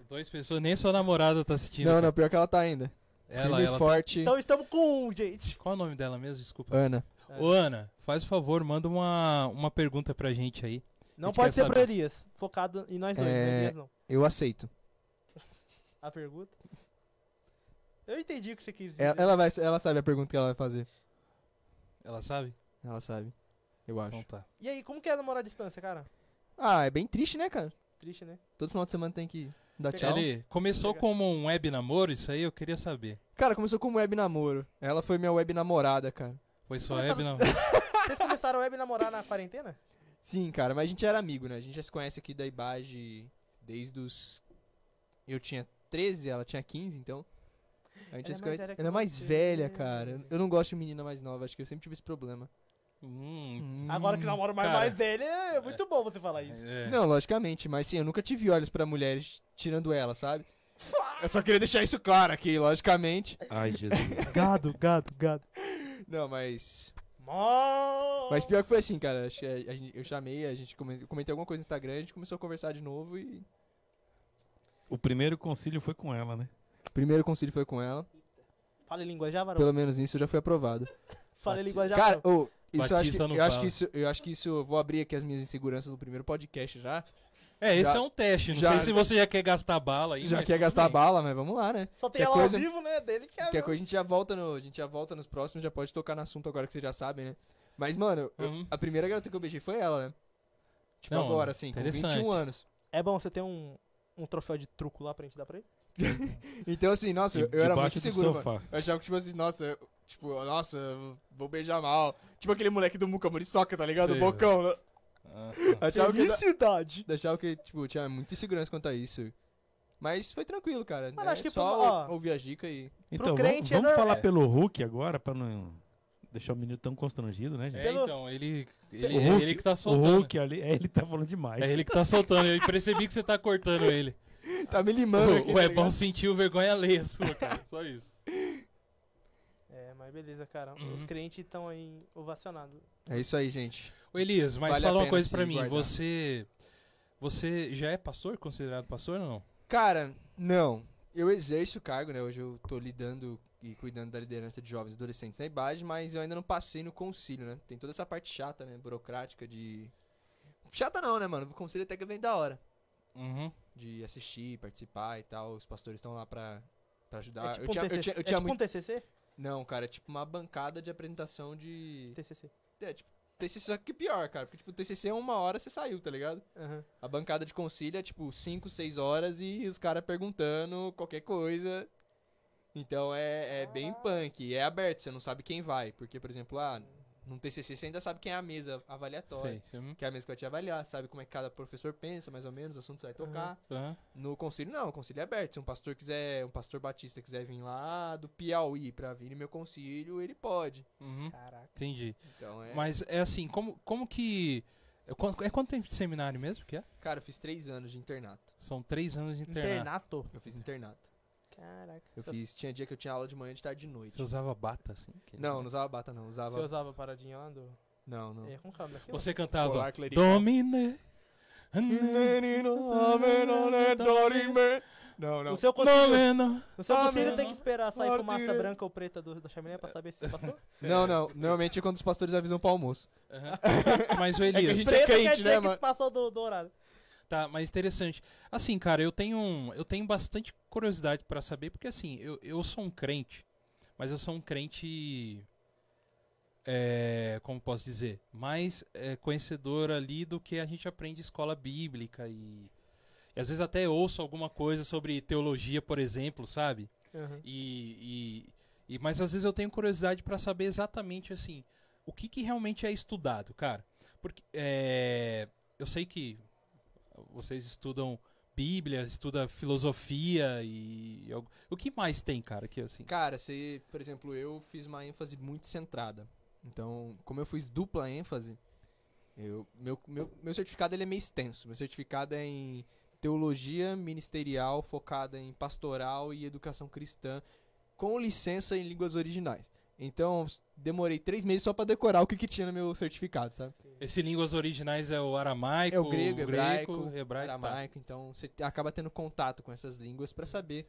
S3: Dois pessoas, nem sua namorada tá assistindo.
S1: Não,
S3: cara.
S1: não, pior que ela tá ainda.
S3: Ela, tá
S1: Firme e
S3: ela.
S1: forte.
S2: Então estamos com um, gente.
S3: Qual é o nome dela mesmo? Desculpa.
S1: Ana.
S3: Ô, Ana, faz o favor, manda uma, uma pergunta pra gente aí. a
S2: não
S3: gente quer
S2: pode ser
S3: saber.
S2: pro Elias. Focado em nós dois,
S1: É.
S2: não é Elias não.
S1: Eu aceito.
S2: A pergunta. Eu entendi o que você quis dizer.
S1: É, Ela, ela vai, ela sabe a pergunta que ela vai fazer.
S3: Ela sabe?
S1: Ela sabe. Eu acho.
S3: Então tá.
S2: E aí, como que é namorar à distância, cara?
S1: Ah, é bem triste, né, cara?
S2: Triste, né?
S1: Todo final de semana tem que dar
S2: Tchau.
S1: tchau.
S3: Ele começou
S2: Obrigado.
S3: como um web namoro, isso aí eu queria saber.
S1: Cara, começou como web namoro. Ela foi minha web namorada, cara.
S3: Foi só
S2: Começava-
S3: web namoro.
S2: Vocês começaram a web namorar na quarentena?
S1: Sim, cara, mas a gente era amigo, né? A gente já se conhece aqui da Ibage desde os. Eu tinha 13, ela tinha 15, então. A gente
S2: Ela
S1: já se
S2: é mais
S1: conhece-
S2: velha que
S1: Ela é mais
S2: você.
S1: velha, cara. Eu- Eu não gosto de menina mais nova, acho que eu sempre tive esse problema.
S3: Hum,
S1: Hum.
S2: Agora que namoro mais,
S3: cara.
S2: mais velho, é muito bom você falar isso.
S3: é.
S1: Não, logicamente, mas sim, eu nunca tive olhos pra mulheres tirando ela, sabe? Eu só queria deixar isso claro aqui, logicamente.
S4: Ai, Jesus.
S3: (laughs)
S2: Gado, gado, gado.
S1: Não, mas
S2: Mó...
S1: Mas pior que foi assim, cara. acho que a- a gente- Eu chamei, a gente comen- eu comentei alguma coisa no Instagram, a gente começou a conversar de novo e.
S4: o primeiro concílio foi com ela, né?
S1: Primeiro conselho foi com ela.
S2: Fala em língua já, varão.
S1: Pelo menos nisso eu já fui aprovado.
S2: Fala em língua já,
S1: Cara,
S2: varão.
S1: ô, isso eu acho, que,
S3: Batista não
S1: eu acho
S3: fala.
S1: que isso. Eu acho que isso. eu Vou abrir aqui as minhas inseguranças no primeiro podcast já.
S3: É, esse
S1: Já-
S3: é um teste. Não
S1: já-
S3: sei se você já quer gastar bala aí.
S1: Já
S3: mas
S1: quer
S3: tudo
S1: gastar
S3: bem.
S1: bala, mas vamos lá, né?
S2: Só tem
S1: que
S2: ela
S1: coisa-
S2: ao vivo, né? Dele que é...
S1: Qualquer
S2: meu.
S1: coisa a gente já volta no. A gente já volta nos próximos, já pode tocar no assunto agora que vocês já sabem, né? Mas, mano, eu-
S3: Uhum.
S1: a primeira garota que eu beijei foi ela, né? Tipo,
S3: Não,
S1: agora, assim, com
S3: interessante.
S1: 21 anos.
S2: É bom, você tem um, um troféu de truco lá pra gente dar pra ele?
S1: Então, assim, nossa, eu, eu era muito
S4: Debaixo do
S1: seguro, mano.
S4: sofá.
S1: Eu achava que, tipo assim, nossa, eu- tipo, nossa, eu vou beijar mal. Tipo aquele moleque do Muca Muriçoca, tá ligado?
S3: Sei,
S1: o bocão. né?
S3: Ah,
S1: (laughs) Eu Achava É que,
S2: Felicidade!
S1: eu achava que, tipo, tinha muita insegurança quanto a isso. Mas foi tranquilo, cara.
S2: Mano,
S1: né?
S2: acho que
S1: Só
S2: pro- ó.
S1: ou- ouvir a dica e.
S4: Então,
S2: crente
S4: vamos,
S2: é
S4: vamos
S1: né?
S2: normal.
S4: falar
S3: É.
S4: pelo Hulk agora, pra não deixar o menino tão constrangido, né,
S3: tá.
S4: gente?
S3: É,
S2: Pelo-
S3: então, ele, ele, (laughs)
S4: O
S3: é
S4: Hulk-
S3: ele que tá
S4: o
S3: soltando.
S4: Hulk ali, é, ele tá falando demais.
S3: É ele que tá soltando. Eu percebi que você tá cortando ele.
S1: Tá me limando aqui.
S3: O, é o
S1: tá
S3: Ebão
S1: ligado?
S3: sentiu vergonha alheia sua, cara. Só isso.
S2: É, mas beleza, cara. Os
S3: Uhum.
S2: crentes estão aí ovacionados.
S1: É isso aí, gente.
S3: Ô Elias, mas
S1: Vale a
S3: fala uma
S1: pena
S3: coisa
S1: se
S3: pra mim.
S1: guardar.
S3: Você. Você já é pastor? Considerado pastor ou não?
S1: Cara, não. Eu exerço o cargo, né? Hoje eu tô lidando e cuidando da liderança de jovens e adolescentes na idade, mas eu ainda não passei no concílio, né? Tem toda essa parte chata, né? Burocrática de. Chata não, né, mano? O conselho até que é bem da hora.
S3: Uhum.
S1: de assistir, participar e tal. Os pastores estão lá pra, pra ajudar.
S2: é tipo
S1: eu tinha,
S2: um TCC?
S1: eu tinha, eu
S2: é
S1: tinha
S2: tipo um
S1: muito.
S2: TCC?
S1: Não, cara, é tipo uma bancada de apresentação de.
S2: TCC.
S1: É, tipo, TCC só que pior, cara. Porque, tipo, TCC é uma hora você saiu, tá ligado?
S2: Aham.
S1: A bancada de concílio é, tipo, 5, 6 horas e os caras perguntando qualquer coisa. Então é, é bem punk. E é aberto, você não sabe quem vai. Porque, por exemplo, lá num TCC você ainda sabe quem é a mesa avaliatória.
S3: Sei. Uhum.
S1: Que é a mesa que vai te avaliar, sabe como é que cada professor pensa, mais ou menos, o assunto que você vai tocar.
S3: Uhum.
S1: No concílio, não, o concílio é aberto. Se um pastor quiser, um pastor batista quiser vir lá do Piauí pra vir no meu concílio, ele pode.
S3: Uhum.
S2: Caraca.
S3: Entendi.
S1: Então é.
S3: Mas é assim, como, como que. É quanto, é quanto tempo de seminário mesmo que é?
S1: Cara, eu fiz três anos de internato.
S3: São três anos de internato.
S2: Internato?
S1: Eu fiz internato.
S2: Caraca.
S1: Eu
S2: Você-
S1: fiz. Tinha dia que eu tinha aula de manhã, de tarde e de noite.
S3: Você usava bata, assim? que-
S1: Não, não usava bata, não.
S2: Você
S1: Usava.
S2: usava a paradinha lá do...
S1: Não, não.
S2: É, como que é o nome daquilo?
S3: Você cantava
S1: Colar clerical.
S3: Domine.
S1: é Não,
S2: No
S1: não.
S2: seu conselho,
S3: Domino.
S2: no seu
S1: Ah,
S2: conselho
S1: meu,
S2: tem que
S3: né? não.
S2: esperar sair
S1: Ah,
S2: fumaça
S1: tira.
S2: branca ou preta do, da chaminé pra saber se
S3: (laughs)
S2: passou.
S1: Não, não. Normalmente é quando os pastores avisam pro
S2: (laughs)
S1: almoço.
S3: Aham. Mas o
S1: É que a
S3: Elias.
S1: gente
S2: Preta
S1: é crente,
S2: quer dizer
S1: né,
S2: que
S1: mano?
S2: passou do, do horário.
S3: Tá, mas interessante. Assim, cara, eu tenho, um- eu tenho bastante curiosidade pra saber, porque assim, eu, eu sou um crente, mas eu sou um crente. É, como posso dizer? Mais é, conhecedor ali do que a gente aprende em escola bíblica e. e às vezes até ouço alguma coisa sobre teologia, por exemplo, sabe? E, e, e- mas às vezes eu tenho curiosidade pra saber exatamente assim o que, que realmente é estudado, cara. Porque é, eu sei que vocês estudam Bíblia, estudam filosofia e algo- o que mais tem, cara, que assim.
S1: Cara, se, por exemplo, eu fiz uma ênfase muito centrada. Então, como eu fiz dupla ênfase, eu, meu, meu, meu certificado ele é meio extenso. Meu certificado é em teologia ministerial, focada em pastoral e educação cristã, com licença em línguas originais. Então, s- demorei três meses só pra decorar o que, que tinha no meu certificado, sabe?
S3: Esse línguas originais é o aramaico,
S1: É o grego,
S3: hebraico, tá.
S1: Aramaico, então você te- acaba tendo contato com essas línguas pra saber,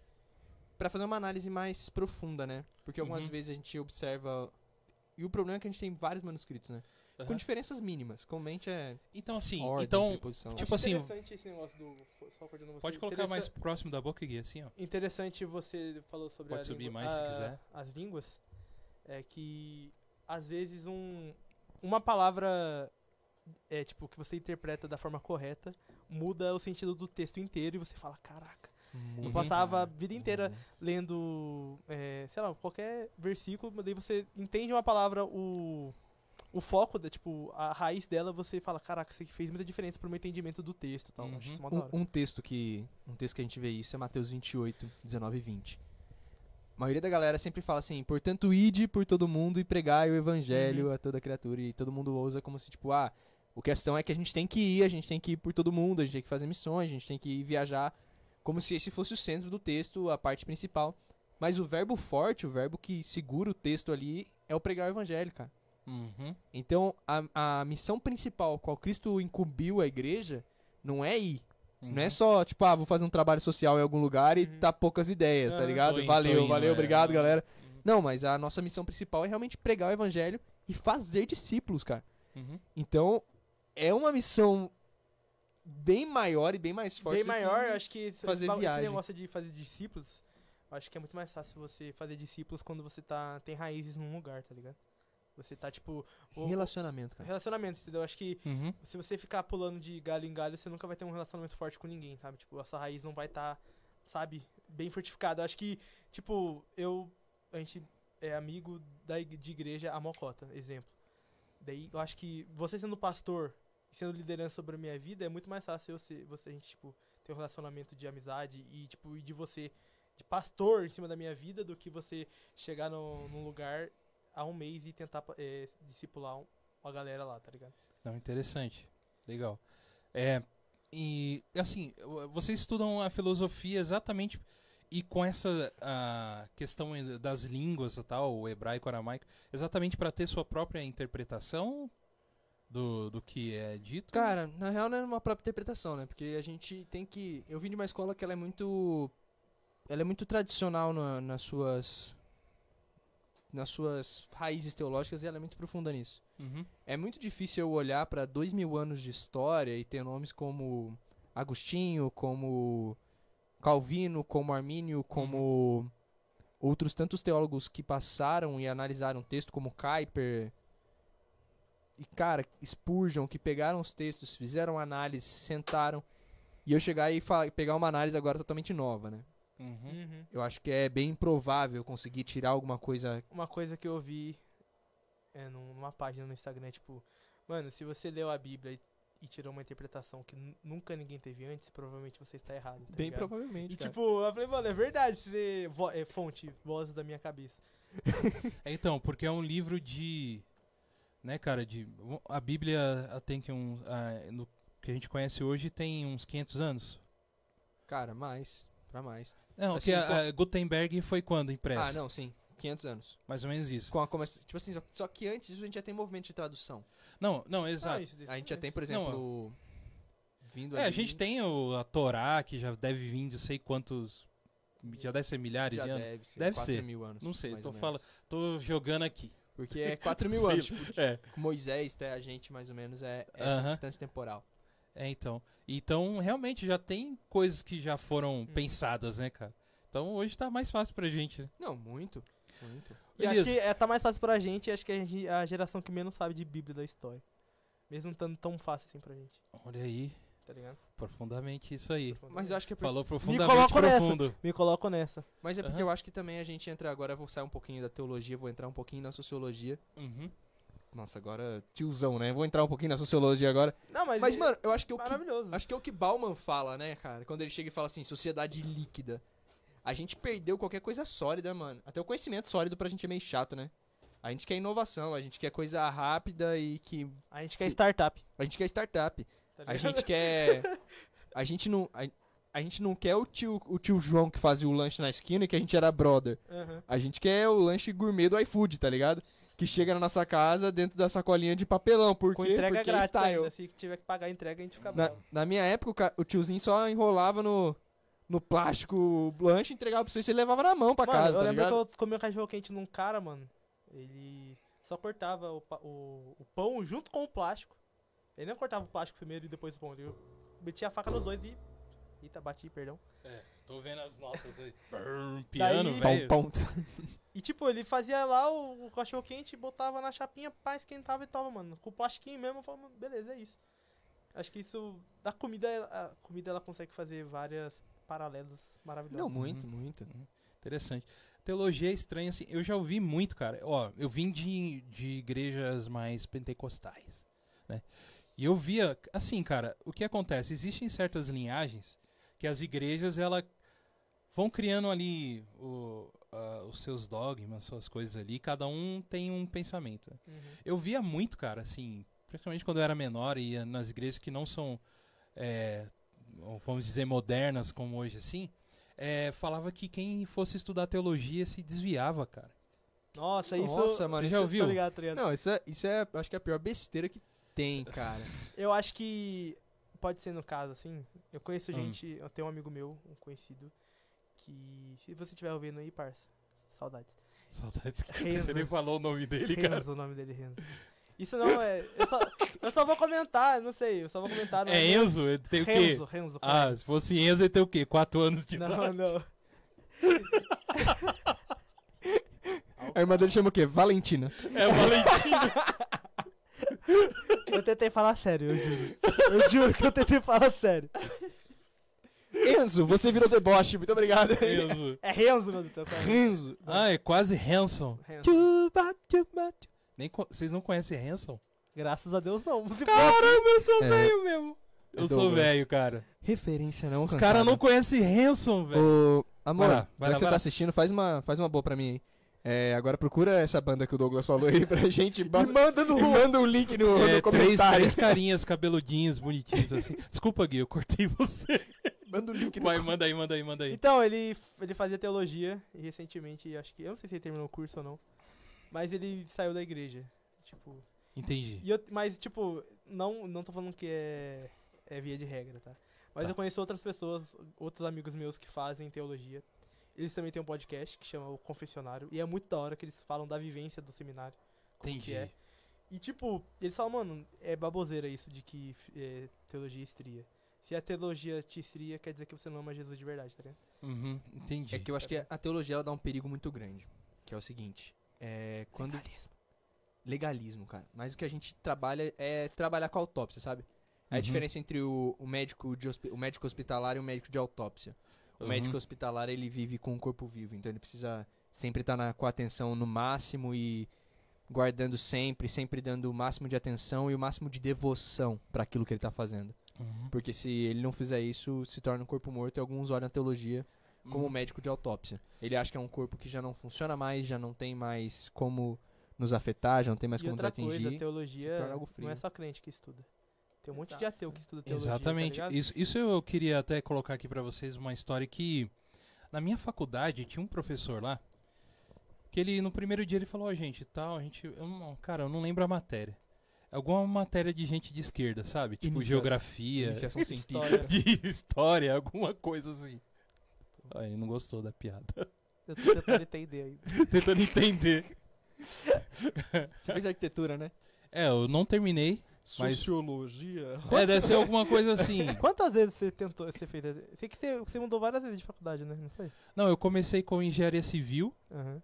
S1: Pra fazer uma análise mais profunda, né? Porque algumas
S3: Uhum.
S1: vezes a gente observa e o problema é que a gente tem vários manuscritos, né? Com diferenças mínimas. Comente é
S3: Então, assim,
S1: ordem,
S3: então,
S1: preposição.
S3: tipo assim,
S2: interessante esse negócio do. Só cortando você.
S3: pode colocar mais próximo da boca, Gui, assim, ó.
S2: Interessante você falou sobre
S3: Pode
S2: a
S3: subir
S2: língua-
S3: mais se
S2: a-
S3: quiser.
S2: as línguas é que às vezes um uma palavra é tipo que você interpreta da forma correta muda o sentido do texto inteiro e você fala caraca eu
S1: Uhum.
S3: Muito.
S2: passava a vida inteira lendo é, sei lá qualquer versículo mas daí você entende uma palavra o o foco da tipo a raiz dela você fala caraca isso aqui fez muita diferença pro meu entendimento do texto e tal
S3: Uhum.
S2: acho isso mó da hora.
S1: Um, um texto que um texto que a gente vê isso é Mateus 28, 19 e 20. A maioria da galera sempre fala assim, portanto, ide por todo mundo e pregai o evangelho a toda criatura. E todo mundo ousa como se, tipo, ah, o questão é que a gente tem que ir, a gente tem que ir por todo mundo, a gente tem que fazer missões, a gente tem que ir viajar. Como se esse fosse o centro do texto, a parte principal. Mas o verbo forte, o verbo que segura o texto ali, é o pregar o evangelho, cara.
S3: Uhum.
S1: Então, a, a missão principal qual Cristo incumbiu a igreja não é ir. Não
S3: Uhum.
S1: é só, tipo, ah, vou fazer um trabalho social em algum lugar e
S2: Uhum.
S1: tá poucas ideias,
S2: Ah,
S1: tá ligado?
S3: tô indo,
S1: valeu,
S3: tô indo,
S1: valeu,
S3: é.
S1: obrigado, galera.
S3: Uhum.
S1: Não, mas a nossa missão principal é realmente pregar o evangelho e fazer discípulos, cara.
S3: Uhum.
S1: Então, é uma missão bem maior e bem mais forte.
S2: um Bem
S1: do que-
S2: maior, acho que esse,
S1: fazer
S2: esse ba- esse
S1: viagem.
S2: negócio de fazer discípulos, acho que é muito mais fácil você fazer discípulos quando você tá, tem raízes num lugar, tá ligado? Você tá, tipo, o-
S1: Relacionamento, cara.
S2: relacionamentos, entendeu? Acho que
S3: Uhum.
S2: se você ficar pulando de galho em galho, você nunca vai ter um relacionamento forte com ninguém, sabe? Tipo, essa raiz não vai estar, sabe, bem fortificada. Acho que, tipo, eu. A gente é amigo da, ig- de igreja a Mocota, exemplo. Daí eu acho que você sendo pastor e sendo liderança sobre a minha vida, é muito mais fácil eu ser, você, a gente, tipo, ter um relacionamento de amizade e, tipo, e de você, de pastor em cima da minha vida, do que você chegar no, num lugar há um mês e tentar pa- eh, discipular um- a galera lá, tá ligado?
S3: Não, interessante. Legal. É, e assim, eu- vocês estudam a filosofia exatamente e com essa a questão das línguas e tal, o hebraico, o aramaico, exatamente para ter sua própria interpretação do, do que é dito?
S1: Cara, na real não é uma própria interpretação, né? Porque a gente tem que. Eu vim de uma escola que ela é muito. Ela é muito tradicional na- nas suas. Nas suas raízes teológicas e ela é muito profunda nisso.
S3: Uhum.
S1: É muito difícil eu olhar para dois mil anos de história e ter nomes como Agostinho, como Calvino, como Armínio, como outros tantos teólogos que passaram e analisaram o texto, como Kuyper e, cara, Spurgeon, que pegaram os textos, fizeram análise, sentaram. E eu chegar e fa- pegar uma análise agora totalmente nova, né?
S3: Uhum.
S2: Uhum.
S1: Eu acho que é bem improvável eu conseguir tirar alguma coisa
S2: uma coisa que eu vi é, num- numa página no Instagram, é tipo, mano, se você leu a Bíblia e, e tirou uma interpretação que nu- nunca ninguém teve antes, provavelmente você está errado. tá
S1: bem
S2: ligado?
S1: provavelmente.
S2: E
S1: cara.
S2: tipo, eu falei, mano, é verdade, você vo- é fonte, voz da minha cabeça.
S3: É, Então, porque é um livro de. Né, cara, de. A Bíblia ah, tem que um. ah, no que a gente conhece hoje tem uns 500 anos.
S1: cara, mais, pra mais.
S3: Não,
S1: Assim,
S3: que a,
S1: qual-
S3: a Gutenberg foi quando impressa?
S1: Ah, não, sim. 500 anos.
S3: Mais ou menos isso.
S1: Com a, como- tipo assim, só, só que antes disso a gente já tem movimento de tradução.
S3: Não, não,
S2: Ah,
S3: exato.
S2: isso daí
S1: A gente já tem,
S2: acontece.
S1: por exemplo, vindo
S3: é, a
S1: ali,
S2: né?
S3: gente tem o, a Torá, que já deve vir de sei quantos. Já deve ser milhares
S1: já
S3: de anos.
S1: deve ser,
S3: Deve
S1: 4
S3: ser.
S1: mil anos.
S3: Não sei,
S1: mais
S3: tô,
S1: ou menos.
S3: fala, tô jogando aqui.
S1: Porque é 4
S3: (laughs)
S1: mil
S3: Sei
S1: anos.
S3: lá.
S1: Tipo,
S3: É.
S1: com Moisés até a gente, mais ou menos, é essa
S3: Aham.
S1: distância temporal.
S3: é, então. Então, realmente, já tem coisas que já foram
S2: Uhum.
S3: pensadas, né, cara? Então hoje tá mais fácil pra gente. né?
S1: Não, muito. Muito.
S2: E acho
S3: Beleza.
S2: que é, tá mais fácil pra gente, acho que a, gente, a geração que menos sabe de Bíblia da história. Mesmo estando tão fácil assim pra gente,
S3: Olha aí,
S2: tá ligado?
S3: profundamente isso aí.
S1: Mas eu acho que é por-
S3: Falou
S2: Me
S3: profundamente
S2: coloco nessa.
S3: profundo.
S2: Me coloco nessa.
S1: Mas é porque
S3: Aham.
S1: eu acho que também a gente entra agora, eu vou sair um pouquinho da teologia, vou entrar um pouquinho na sociologia.
S3: Uhum.
S1: Nossa, agora tiozão, né? Vou entrar um pouquinho na sociologia agora.
S2: Não, mas,
S1: Mas,
S2: é
S1: mano, eu acho que o que
S2: maravilhoso.
S1: Acho que é o que Bauman fala, né, cara? Quando ele chega e fala assim, sociedade líquida. A gente perdeu qualquer coisa sólida, mano. Até o conhecimento sólido pra gente é meio chato, né? A gente quer inovação, a gente quer coisa rápida e que.
S2: A gente quer
S1: Sim.
S2: startup.
S1: A gente quer startup.
S2: tá
S1: A
S2: ligado?
S1: gente quer. A gente não. A, a gente não quer o tio, o tio João que fazia o lanche na esquina e que a gente era brother.
S2: (laughs) Aham.
S1: A gente quer o lanche gourmet do iFood, tá ligado? Que chega na nossa casa dentro da sacolinha de papelão. Por
S2: Com
S1: quê?
S2: entrega
S1: Porque é
S2: grátis
S1: style.
S2: ainda. Se tiver que pagar a entrega, a gente fica
S1: Na,
S2: bravo.
S1: na minha época, o, ca- o tiozinho só enrolava no, no plástico o lanche, entregava pra você e você levava na mão pra
S2: mano,
S1: casa,
S2: eu
S1: tá
S2: lembro
S1: ligado?
S2: que eu comi um cachorro quente num cara, mano. Ele só cortava o, pa- o- o pão junto com o plástico. Ele não cortava o plástico primeiro e depois o pão. Eu metia a faca nos dois e. Eita, bati, perdão.
S3: É, tô vendo as notas aí. Brrr, Piano,
S2: Daí-
S3: velho.
S1: Pão, pão.
S2: E tipo, ele fazia lá o, o cachorro quente, botava na chapinha, pá, esquentava e tava, mano. Com o plastiquinho mesmo, eu falava, mano, beleza, é isso. Acho que isso. A comida, ela- a comida ela consegue fazer várias paralelos maravilhosos.
S1: Não, muito, muito.
S3: Interessante. Teologia estranha, assim, eu já ouvi muito, cara. Ó, eu vim de, de igrejas mais pentecostais, né? E eu via, assim, cara, o que acontece? Existem certas linhagens que as igrejas, ela vão criando ali o- ah, os seus dogmas, suas coisas ali, cada um tem um pensamento.
S2: Uhum.
S3: Eu via muito, cara, assim, principalmente quando eu era menor e ia nas igrejas que não são, é, vamos dizer, modernas como hoje, assim, é, falava que quem fosse estudar teologia se desviava, cara.
S2: Nossa, isso.
S1: Nossa, mano,
S3: você
S1: isso
S3: já
S1: é-
S3: ouviu?
S2: Tá ligado, tá ligado?
S1: Não, isso é, isso é, acho que é a pior besteira que tem, cara.
S2: Eu acho que pode ser no caso, assim. Eu conheço
S3: Hum.
S2: gente, eu tenho um amigo meu, um conhecido, que. Se você estiver ouvindo aí, parça, saudades.
S3: Saudades que
S2: Renzo.
S3: você nem falou o nome dele, cara.
S2: Renzo, o nome dele, Renzo. Isso não é. Eu só, eu só vou comentar, não sei, eu só vou comentar. não
S3: É Enzo? Ele tem o quê?
S2: Renzo, Renzo.
S3: Ah, se fosse Enzo, ele tem o quê? Quatro anos de
S2: não,
S3: idade?
S2: não.
S1: A irmã dele chama o quê? Valentina.
S3: É Valentino.
S2: Eu tentei falar sério, eu juro. Eu juro que eu tentei falar sério.
S1: Enzo, você virou deboche, muito obrigado.
S3: Enzo.
S2: É Renzo, meu Deus. cara.
S1: Renzo.
S3: Ah, é quase Hanson.
S2: Renzo.
S3: Tchuba, tchuba, tchu- Nem co- Vocês não conhecem Hanson?
S2: Graças a Deus, não. Você
S3: Caramba, eu sou
S1: É.
S3: velho mesmo.
S1: É
S3: Eu sou
S1: Douglas.
S3: velho, cara.
S1: Referência não
S3: Os caras não conhecem Hanson, velho.
S1: Ô, amor,
S3: Vai
S1: já
S3: lá, vai lá,
S1: que você
S3: vai
S1: tá
S3: lá.
S1: assistindo, faz uma, faz uma boa pra mim aí. É, agora procura essa banda que o Douglas falou aí pra gente. E manda no... E manda um link no,
S3: É,
S1: no
S3: três,
S1: comentário.
S3: três carinhas cabeludinhos, bonitinhos, assim. Desculpa, Gui, eu cortei você.
S1: Manda o link no...
S3: Vai, manda aí, manda aí, manda aí.
S2: Então, ele, ele fazia teologia e recentemente, acho que. Eu não sei se ele terminou o curso ou não. Mas ele saiu da igreja. Tipo.
S3: Entendi.
S2: E eu, mas, tipo, não, não tô falando que é, é via de regra, tá? Mas
S3: Tá.
S2: eu conheço outras pessoas, outros amigos meus que fazem teologia. Eles também têm um podcast que chama O Confessionário. E é muito da hora que eles falam da vivência do seminário. como que
S3: Entendi.
S2: é. E, tipo, eles falam, mano, é baboseira isso de que f- é, teologia estria. Se a teologia te estria, quer dizer que você não ama Jesus de verdade, tá ligado?
S3: Uhum, entendi.
S1: É que eu acho que a teologia ela dá um perigo muito grande. Que é o seguinte. É, quando legalismo, cara. Mas o que a gente trabalha é trabalhar com autópsia, sabe? É a
S3: Uhum.
S1: diferença entre o, o médico de hospi- o médico hospitalar e o médico de autópsia. O
S3: Uhum.
S1: médico hospitalar, ele vive com o corpo vivo, então ele precisa sempre estar na, com a atenção no máximo e guardando sempre, sempre dando o máximo de atenção e o máximo de devoção para aquilo que ele tá fazendo.
S3: Uhum.
S1: Porque se ele não fizer isso, se torna um corpo morto e alguns olham a teologia como
S3: Uhum.
S1: médico de autópsia. Ele acha que é um corpo que já não funciona mais, já não tem mais como nos afetar, já não tem mais
S2: e
S1: como nos
S2: outra coisa, a
S1: atingir.
S2: teologia
S1: se torna algo
S2: não é
S1: frio.
S2: só crente que estuda. Tem um monte de
S1: Exato.
S2: ateu que estuda teologia. tá
S3: Exatamente.
S2: ligado?
S3: isso, isso eu queria até colocar aqui pra vocês uma história que na minha faculdade tinha um professor lá que ele no primeiro dia ele falou, ó, gente, tal, a gente, eu não- cara, eu não lembro a matéria. É Alguma matéria de gente de esquerda, sabe? Tipo
S1: Inicia-
S2: (laughs)
S3: geografia,
S1: Iniciação científica.
S2: História.
S3: (laughs) de história, alguma coisa assim. Ah, ele não gostou da piada.
S2: Eu tô tentando entender
S1: (laughs)
S2: aí.
S3: (laughs) Tentando entender.
S1: Você fez arquitetura, né?
S3: É, eu não terminei. Mas-
S1: Sociologia.
S3: É, deve ser alguma coisa assim.
S2: Quantas vezes você tentou, você fez? Sei que você, você mudou várias vezes de faculdade, né? Não foi?
S3: Não, eu comecei com engenharia civil,
S2: Aham.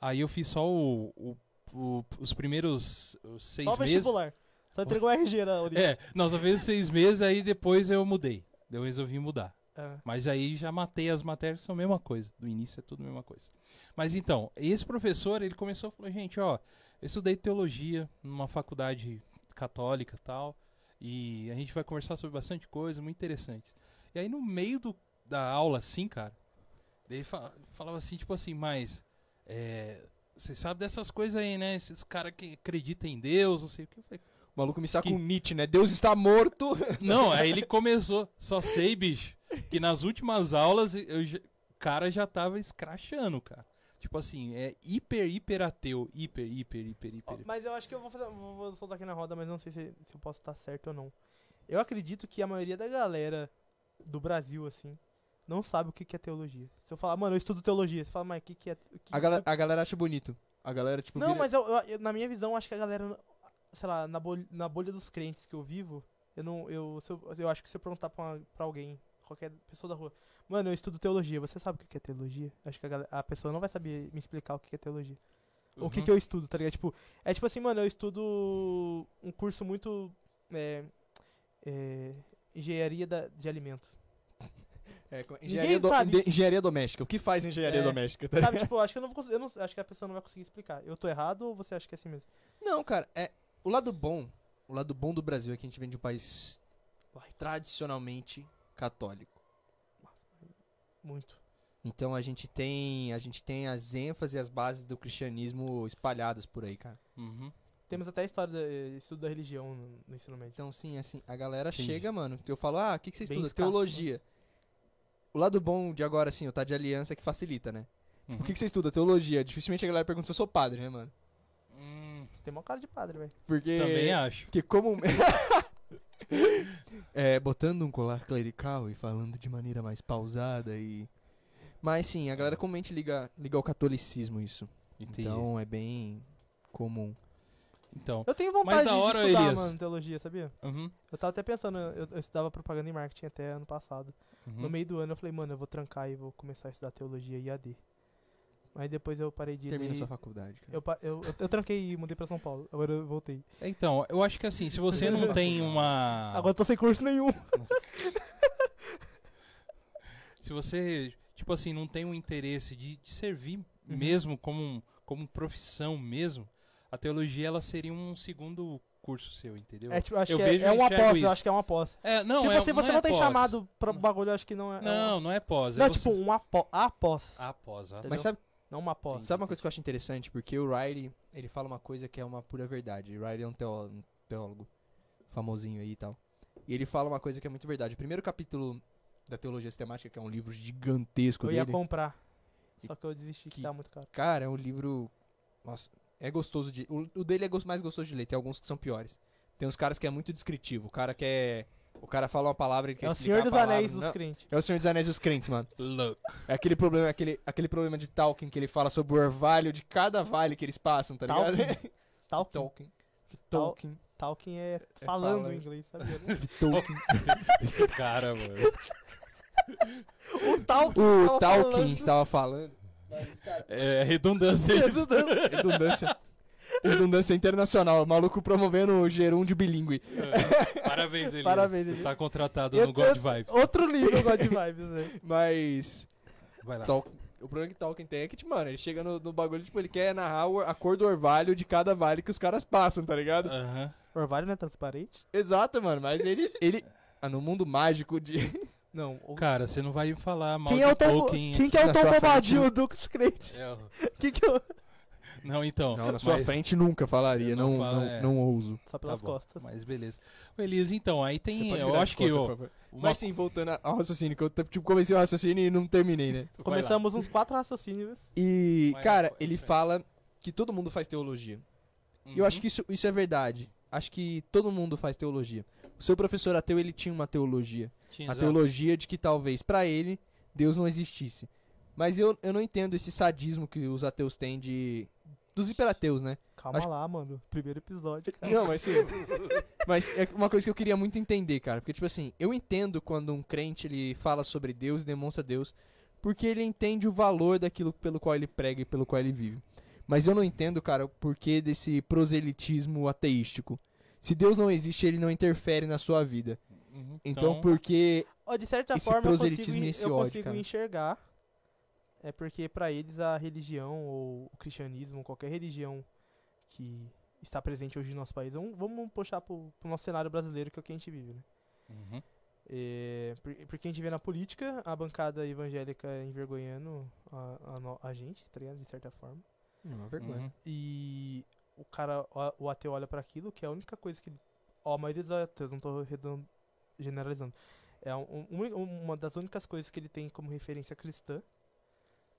S3: aí eu fiz só o- o- o- os primeiros os seis
S2: Só
S3: meses.
S2: vestibular. Só entregou RG na origem.
S3: É, não, só fiz os seis meses, aí depois eu mudei. Eu resolvi mudar.
S2: Ah,
S3: É. Mas aí já matei as matérias, que são a mesma coisa. Do início é tudo a mesma coisa. Mas então, esse professor, ele começou e falou, gente, ó, eu estudei teologia numa faculdade católica e tal, e a gente vai conversar sobre bastante coisa, muito interessante. E aí no meio do- da aula, assim, cara, ele fa- falava assim, tipo assim, mas, é, você sabe dessas coisas aí, né? Esses caras que acreditam em Deus, não sei o que. Eu falei,
S1: O maluco me saca
S3: Que-
S1: um Nietzsche, né? Deus está morto.
S3: não, aí ele começou. Só sei, bicho, que nas últimas aulas eu já- o cara já tava escrachando, cara. Tipo assim, é hiper, hiper ateu. Hiper, hiper, hiper,
S2: ó,
S3: hiper.
S2: mas eu acho que eu vou, fazer, vou, vou soltar aqui na roda, mas não sei se, se eu posso estar certo ou não. Eu acredito que a maioria da galera do Brasil, assim, não sabe o que, que é teologia. Se eu falar, mano, eu estudo teologia, você fala, mas o que, que é. o que-
S1: A, gala- a galera acha bonito. A galera, tipo,
S2: Não,
S1: vira-
S2: mas eu- eu- eu- na minha visão, acho que a galera, sei lá, na bolha, na bolha dos crentes que eu vivo, eu não. Eu, se eu, eu acho que se eu perguntar pra, uma- pra alguém, qualquer pessoa da rua, mano, eu estudo teologia, você sabe o que que é teologia? Acho que a, gala- a pessoa não vai saber me explicar o que que é teologia. O que
S3: Uhum.
S2: que eu estudo, tá ligado? Tipo, é tipo assim, mano, eu estudo um curso muito. É, é, engenharia da- de alimento.
S1: É, com-
S2: Ninguém
S1: engenharia, do-
S2: sabe.
S1: de- engenharia doméstica. O que faz engenharia
S2: É.
S1: doméstica? tá
S2: Sabe, tipo, eu acho que eu não vou cons- eu não, acho que a pessoa não vai conseguir explicar. Eu tô errado ou você acha que é assim mesmo?
S1: Não, cara, é o lado bom, o lado bom do Brasil é que a gente vem de um país
S2: Laico.
S1: tradicionalmente católico.
S2: Muito.
S1: Então a gente tem, a gente tem as ênfases e as bases do cristianismo espalhadas por aí, cara.
S3: Uhum.
S2: Temos até a história do estudo da religião no, no ensino médio.
S1: Então sim, assim, a galera
S3: Entendi.
S1: chega, mano. Eu falo: "Ah, o que que você
S2: Bem
S1: estuda?
S2: escasso, né?
S1: Teologia". O lado bom de agora assim, eu tá de aliança é que facilita, né?
S3: Uhum.
S1: O que que você estuda? Teologia. Dificilmente a galera pergunta se eu sou padre, né, mano?
S3: Hum,
S2: Você tem uma cara de padre, velho.
S1: Porque
S3: Também acho.
S1: Porque como. (laughs) é, botando um colar clerical e falando de maneira mais pausada e. Mas sim, a galera comente liga, liga ao catolicismo isso. Então é bem comum.
S3: Então.
S2: Eu tenho vontade
S3: da hora,
S2: de estudar,
S3: Elias.
S2: mano, teologia, sabia?
S3: Uhum.
S2: Eu tava até pensando, eu, eu estudava propaganda e marketing até ano passado.
S3: Uhum.
S2: No meio do ano eu falei, mano, eu vou trancar e vou começar a estudar teologia e AD. Aí depois eu parei de
S1: Termina
S2: ler-
S1: sua faculdade, cara.
S2: eu, pa- eu, eu, eu tranquei e mudei pra São Paulo. Agora eu voltei.
S3: Então, eu acho que assim, se você
S2: (laughs)
S3: não tem uma.
S2: Agora eu tô sem curso nenhum.
S3: Se você, tipo assim, não tem um interesse de, de
S2: Uhum.
S3: servir mesmo como, um- como profissão mesmo, a teologia ela seria um segundo curso seu, entendeu?
S2: É, tipo, eu acho
S3: eu
S2: que é-
S3: vejo
S2: é,
S3: e
S2: uma
S3: enxergo
S2: pós, eu
S3: isso.
S2: acho que é uma pós.
S3: É, não,
S2: Se
S3: é,
S2: assim, você,
S3: não
S2: você
S3: é
S2: não tem
S3: pós.
S2: chamado pra
S3: Não.
S2: bagulho, eu acho que não é. é
S3: Não,
S2: uma...
S3: não é pós. é
S2: Não,
S3: você- Ah.
S2: tipo, um após. Após.
S3: Após, após.
S1: Mas sabe,
S2: Não uma pós.
S3: Entendi.
S1: sabe uma coisa que eu acho interessante? Porque o Riley, ele fala uma coisa que é uma pura verdade. O Riley é um teó- um teólogo famosinho aí e tal. E ele fala uma coisa que é muito verdade. O primeiro capítulo da Teologia Sistemática, que é um livro gigantesco
S2: Eu
S1: dele.
S2: ia comprar. Só que eu desisti que
S1: Que-
S2: tá muito caro.
S1: Cara, é um livro. Nossa, é gostoso de. O, o dele é gos- mais gostoso de ler, tem alguns que são piores. Tem uns caras que é muito descritivo. O cara quer. O cara fala uma palavra e quer
S2: É o
S1: explicar
S2: Senhor
S1: a
S2: dos
S1: palavra.
S2: Anéis dos
S1: Não,
S2: crentes.
S1: É o Senhor dos Anéis dos Crentes, mano.
S3: Look.
S1: É aquele problema, aquele, aquele problema de Tolkien que ele fala sobre o orvalho de cada vale que eles passam, tá ligado?
S2: Tolkien. (laughs) Tolkien.
S1: (laughs) Tolkien.
S2: Tolkien. Tolkien Então. é falando
S1: falando.
S2: em inglês, (laughs) sabia? né?
S1: De Tolkien.
S3: Esse cara, mano.
S2: o Tolkien.
S1: o
S2: Tava
S1: Tolkien
S2: falando.
S1: estava falando.
S3: É redundância
S2: (laughs)
S3: isso.
S1: Redundância. Redundância internacional. O maluco promovendo o gerúndio bilíngue.
S3: É. Parabéns, Elias.
S2: Parabéns,
S3: Você
S2: Elias.
S3: tá contratado
S2: Eu-
S3: no God
S2: eu-
S3: Vibes.
S2: Outro livro, God Vibes, né?
S1: Mas.
S3: Vai lá.
S1: Tolkien- O problema que Tolkien tem é que, tipo, mano, ele chega no, no bagulho, tipo, ele quer narrar o- a cor do orvalho de cada vale que os caras passam, tá ligado?
S3: Aham.
S2: (laughs) Orvalho não é transparente?
S1: Exato, mano, mas ele. ele ah, no mundo mágico de. (laughs)
S2: Não. o-
S3: Cara, você não vai me falar mal
S2: Quem
S3: de
S2: é o Tom,
S3: Tolkien.
S2: quem que é o
S1: na
S2: Tom
S1: sua frente,
S2: Bobadil dos (laughs) crentes?
S3: É o-
S2: Quem que é o...
S3: Não, então. mas-
S2: Tá
S1: frente nunca falaria,
S3: Eu não não- falo, não- é. não
S1: ouso.
S2: Só
S3: Tá
S2: pelas
S3: bom,
S2: costas.
S3: Mas beleza. Ô, Elias, então, aí tem. Eu acho que. ó, uma-
S1: Mas sim, voltando a- ao raciocínio, que eu tipo, comecei o raciocínio e não terminei, né?
S3: Vai lá.
S2: Começamos uns quatro raciocínios.
S1: E,
S3: Vai,
S1: cara,
S3: vai,
S1: ele
S3: vai.
S1: fala que todo mundo faz teologia. E eu
S3: Uhum.
S1: acho que isso, isso é verdade. Acho que todo mundo faz teologia. O seu professor ateu, ele tinha uma teologia.
S3: Tinha,
S1: a
S3: exato.
S1: teologia de que talvez pra ele Deus não existisse. Mas eu, eu não entendo esse sadismo que os ateus têm de. Dos hiperateus, né?
S2: Calma
S1: Acho-
S2: lá, mano. Primeiro episódio. cara.
S1: Não, mas sim. mas é uma coisa que eu queria muito entender, cara. Porque, tipo assim, eu entendo quando um crente ele fala sobre Deus e demonstra Deus. Porque ele entende o valor daquilo pelo qual ele prega e pelo qual ele vive. Mas eu não entendo, cara, o porquê desse proselitismo ateístico. Se Deus não existe, ele não interfere na sua vida.
S3: Uhum,
S1: Então, por que.
S2: Ó, de certa
S1: Esse
S2: forma, eu consigo,
S1: proselitismo e
S2: en-
S1: esse
S2: eu
S1: ódio,
S2: consigo
S1: cara.
S2: enxergar. É porque pra eles a religião ou o cristianismo, qualquer religião que está presente hoje no nosso país, vamos, vamos puxar pro, pro nosso cenário brasileiro, que é o que a gente vive, né?
S3: Uhum.
S2: É, por- porque a gente vê na política a bancada evangélica envergonhando a, a no- a gente, tá ligado? De certa forma.
S1: Não, é
S3: Uhum.
S2: E o cara, o- o ateu olha pra aquilo, que é a única coisa que ele. Ó, a maioria dos ateus, não tô redon- generalizando. É um- um- uma das únicas coisas que ele tem como referência cristã.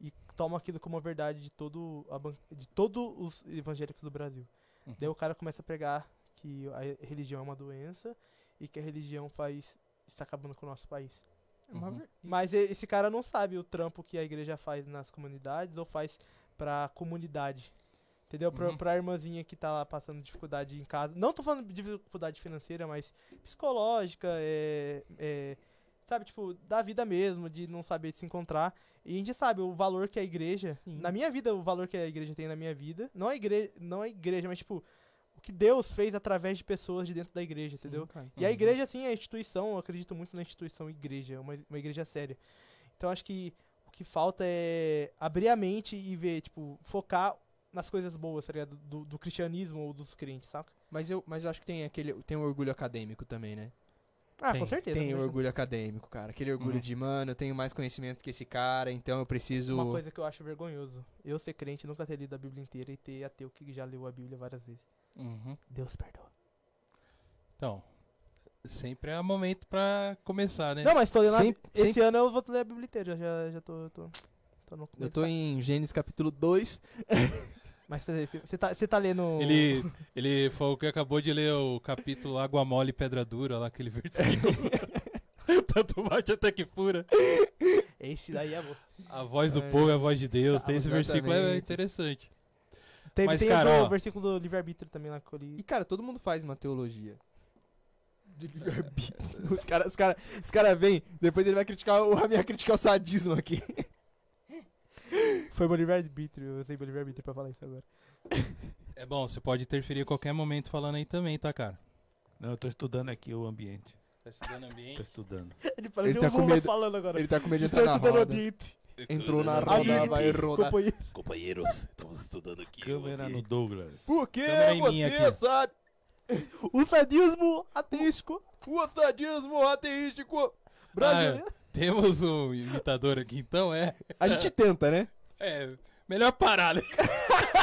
S2: E toma aquilo como a verdade de, todo a ban- de todos os evangélicos do Brasil.
S3: Uhum.
S2: Daí o cara começa a pregar que a re- religião é uma doença e que a religião faz. está acabando com o nosso país.
S1: É
S3: Uhum.
S2: Mas e- esse cara não sabe o trampo que a igreja faz nas comunidades ou faz pra comunidade. Entendeu? Pra,
S3: Uhum.
S2: pra irmãzinha que tá lá passando dificuldade em casa. Não tô falando de dificuldade financeira, mas psicológica, é, é, sabe, tipo, da vida mesmo, de não saber se encontrar. E a gente sabe o valor que a igreja.
S1: Sim.
S2: Na minha vida, o valor que a igreja tem na minha vida. Não a igreja, não a igreja mas, tipo, o que Deus fez através de pessoas de dentro da igreja, entendeu? E a
S3: Uhum.
S2: igreja, assim, é a instituição, eu acredito muito na instituição igreja, é uma, uma igreja séria. Então acho que o que falta é abrir a mente e ver, tipo, focar nas coisas boas, tá ligado? Do, do cristianismo ou dos crentes, saca?
S1: Mas eu, mas eu acho que tem aquele. Tem um orgulho acadêmico também, né?
S2: Ah,
S3: Tem-
S2: com certeza.
S1: Tem o
S2: mas
S1: orgulho acadêmico, cara. Aquele orgulho
S3: Uhum.
S1: de, mano, eu tenho mais conhecimento que esse cara, então eu preciso.
S2: Uma coisa que eu acho vergonhoso. Eu ser crente, nunca ter lido a Bíblia inteira e ter ateu que já leu a Bíblia várias vezes.
S3: Uhum.
S2: Deus perdoa.
S3: Então, sempre é momento pra começar, né?
S2: Não, mas tô lendo. a-
S1: Sem-
S2: Esse
S1: sem-
S2: ano eu vou ler a Bíblia inteira, já, já tô. tô, tô no tá?
S1: Eu tô em Gênesis capítulo 2.
S2: Mas você- você tá, você tá lendo.
S3: Ele, ele foi o que acabou de ler o capítulo Água Mole e Pedra Dura, lá aquele versículo. (laughs) Tanto bate até que fura.
S2: (laughs) Esse daí é bom.
S3: A voz do
S2: É.
S3: povo é a voz de Deus. Tem esse
S1: Exatamente.
S3: versículo, é interessante.
S2: Tem,
S3: Mas,
S2: tem
S3: cara,
S2: o
S3: ó.
S2: do versículo do livre-arbítrio também lá que eu li.
S1: E, cara, todo mundo faz uma teologia. De livre-arbítrio. Os caras os cara, os cara vêm, depois ele vai criticar o Rami vai criticar o sadismo aqui.
S2: Foi meu livre-arbítrio, eu usei meu livre-arbítrio pra falar isso agora.
S3: É bom, você pode interferir a qualquer momento falando aí também, tá, cara?
S4: Não, eu tô estudando aqui o ambiente.
S3: Tá estudando
S4: Tô
S3: ambiente?
S4: estudando.
S2: (laughs) Ele
S1: parece
S2: parece
S1: Ele tá um
S2: um
S1: com Lula medo-
S2: falando agora.
S1: Ele tá com medo de entrar na roda.
S2: ambiente.
S1: Entrou na
S2: Aí
S1: roda,
S2: ele
S1: vai rodar.
S2: Companheiro.
S5: Companheiros, estamos estudando aqui.
S4: Câmera no Douglas.
S1: Por que
S3: Câmera em mim
S1: você
S3: aqui.
S1: sabe?
S2: O sadismo ateístico
S1: O sadismo ateístico
S2: brasileiro.
S1: É.
S3: Temos um imitador aqui, então é.
S1: A gente tenta, né?
S3: É. Melhor parar, né? (laughs)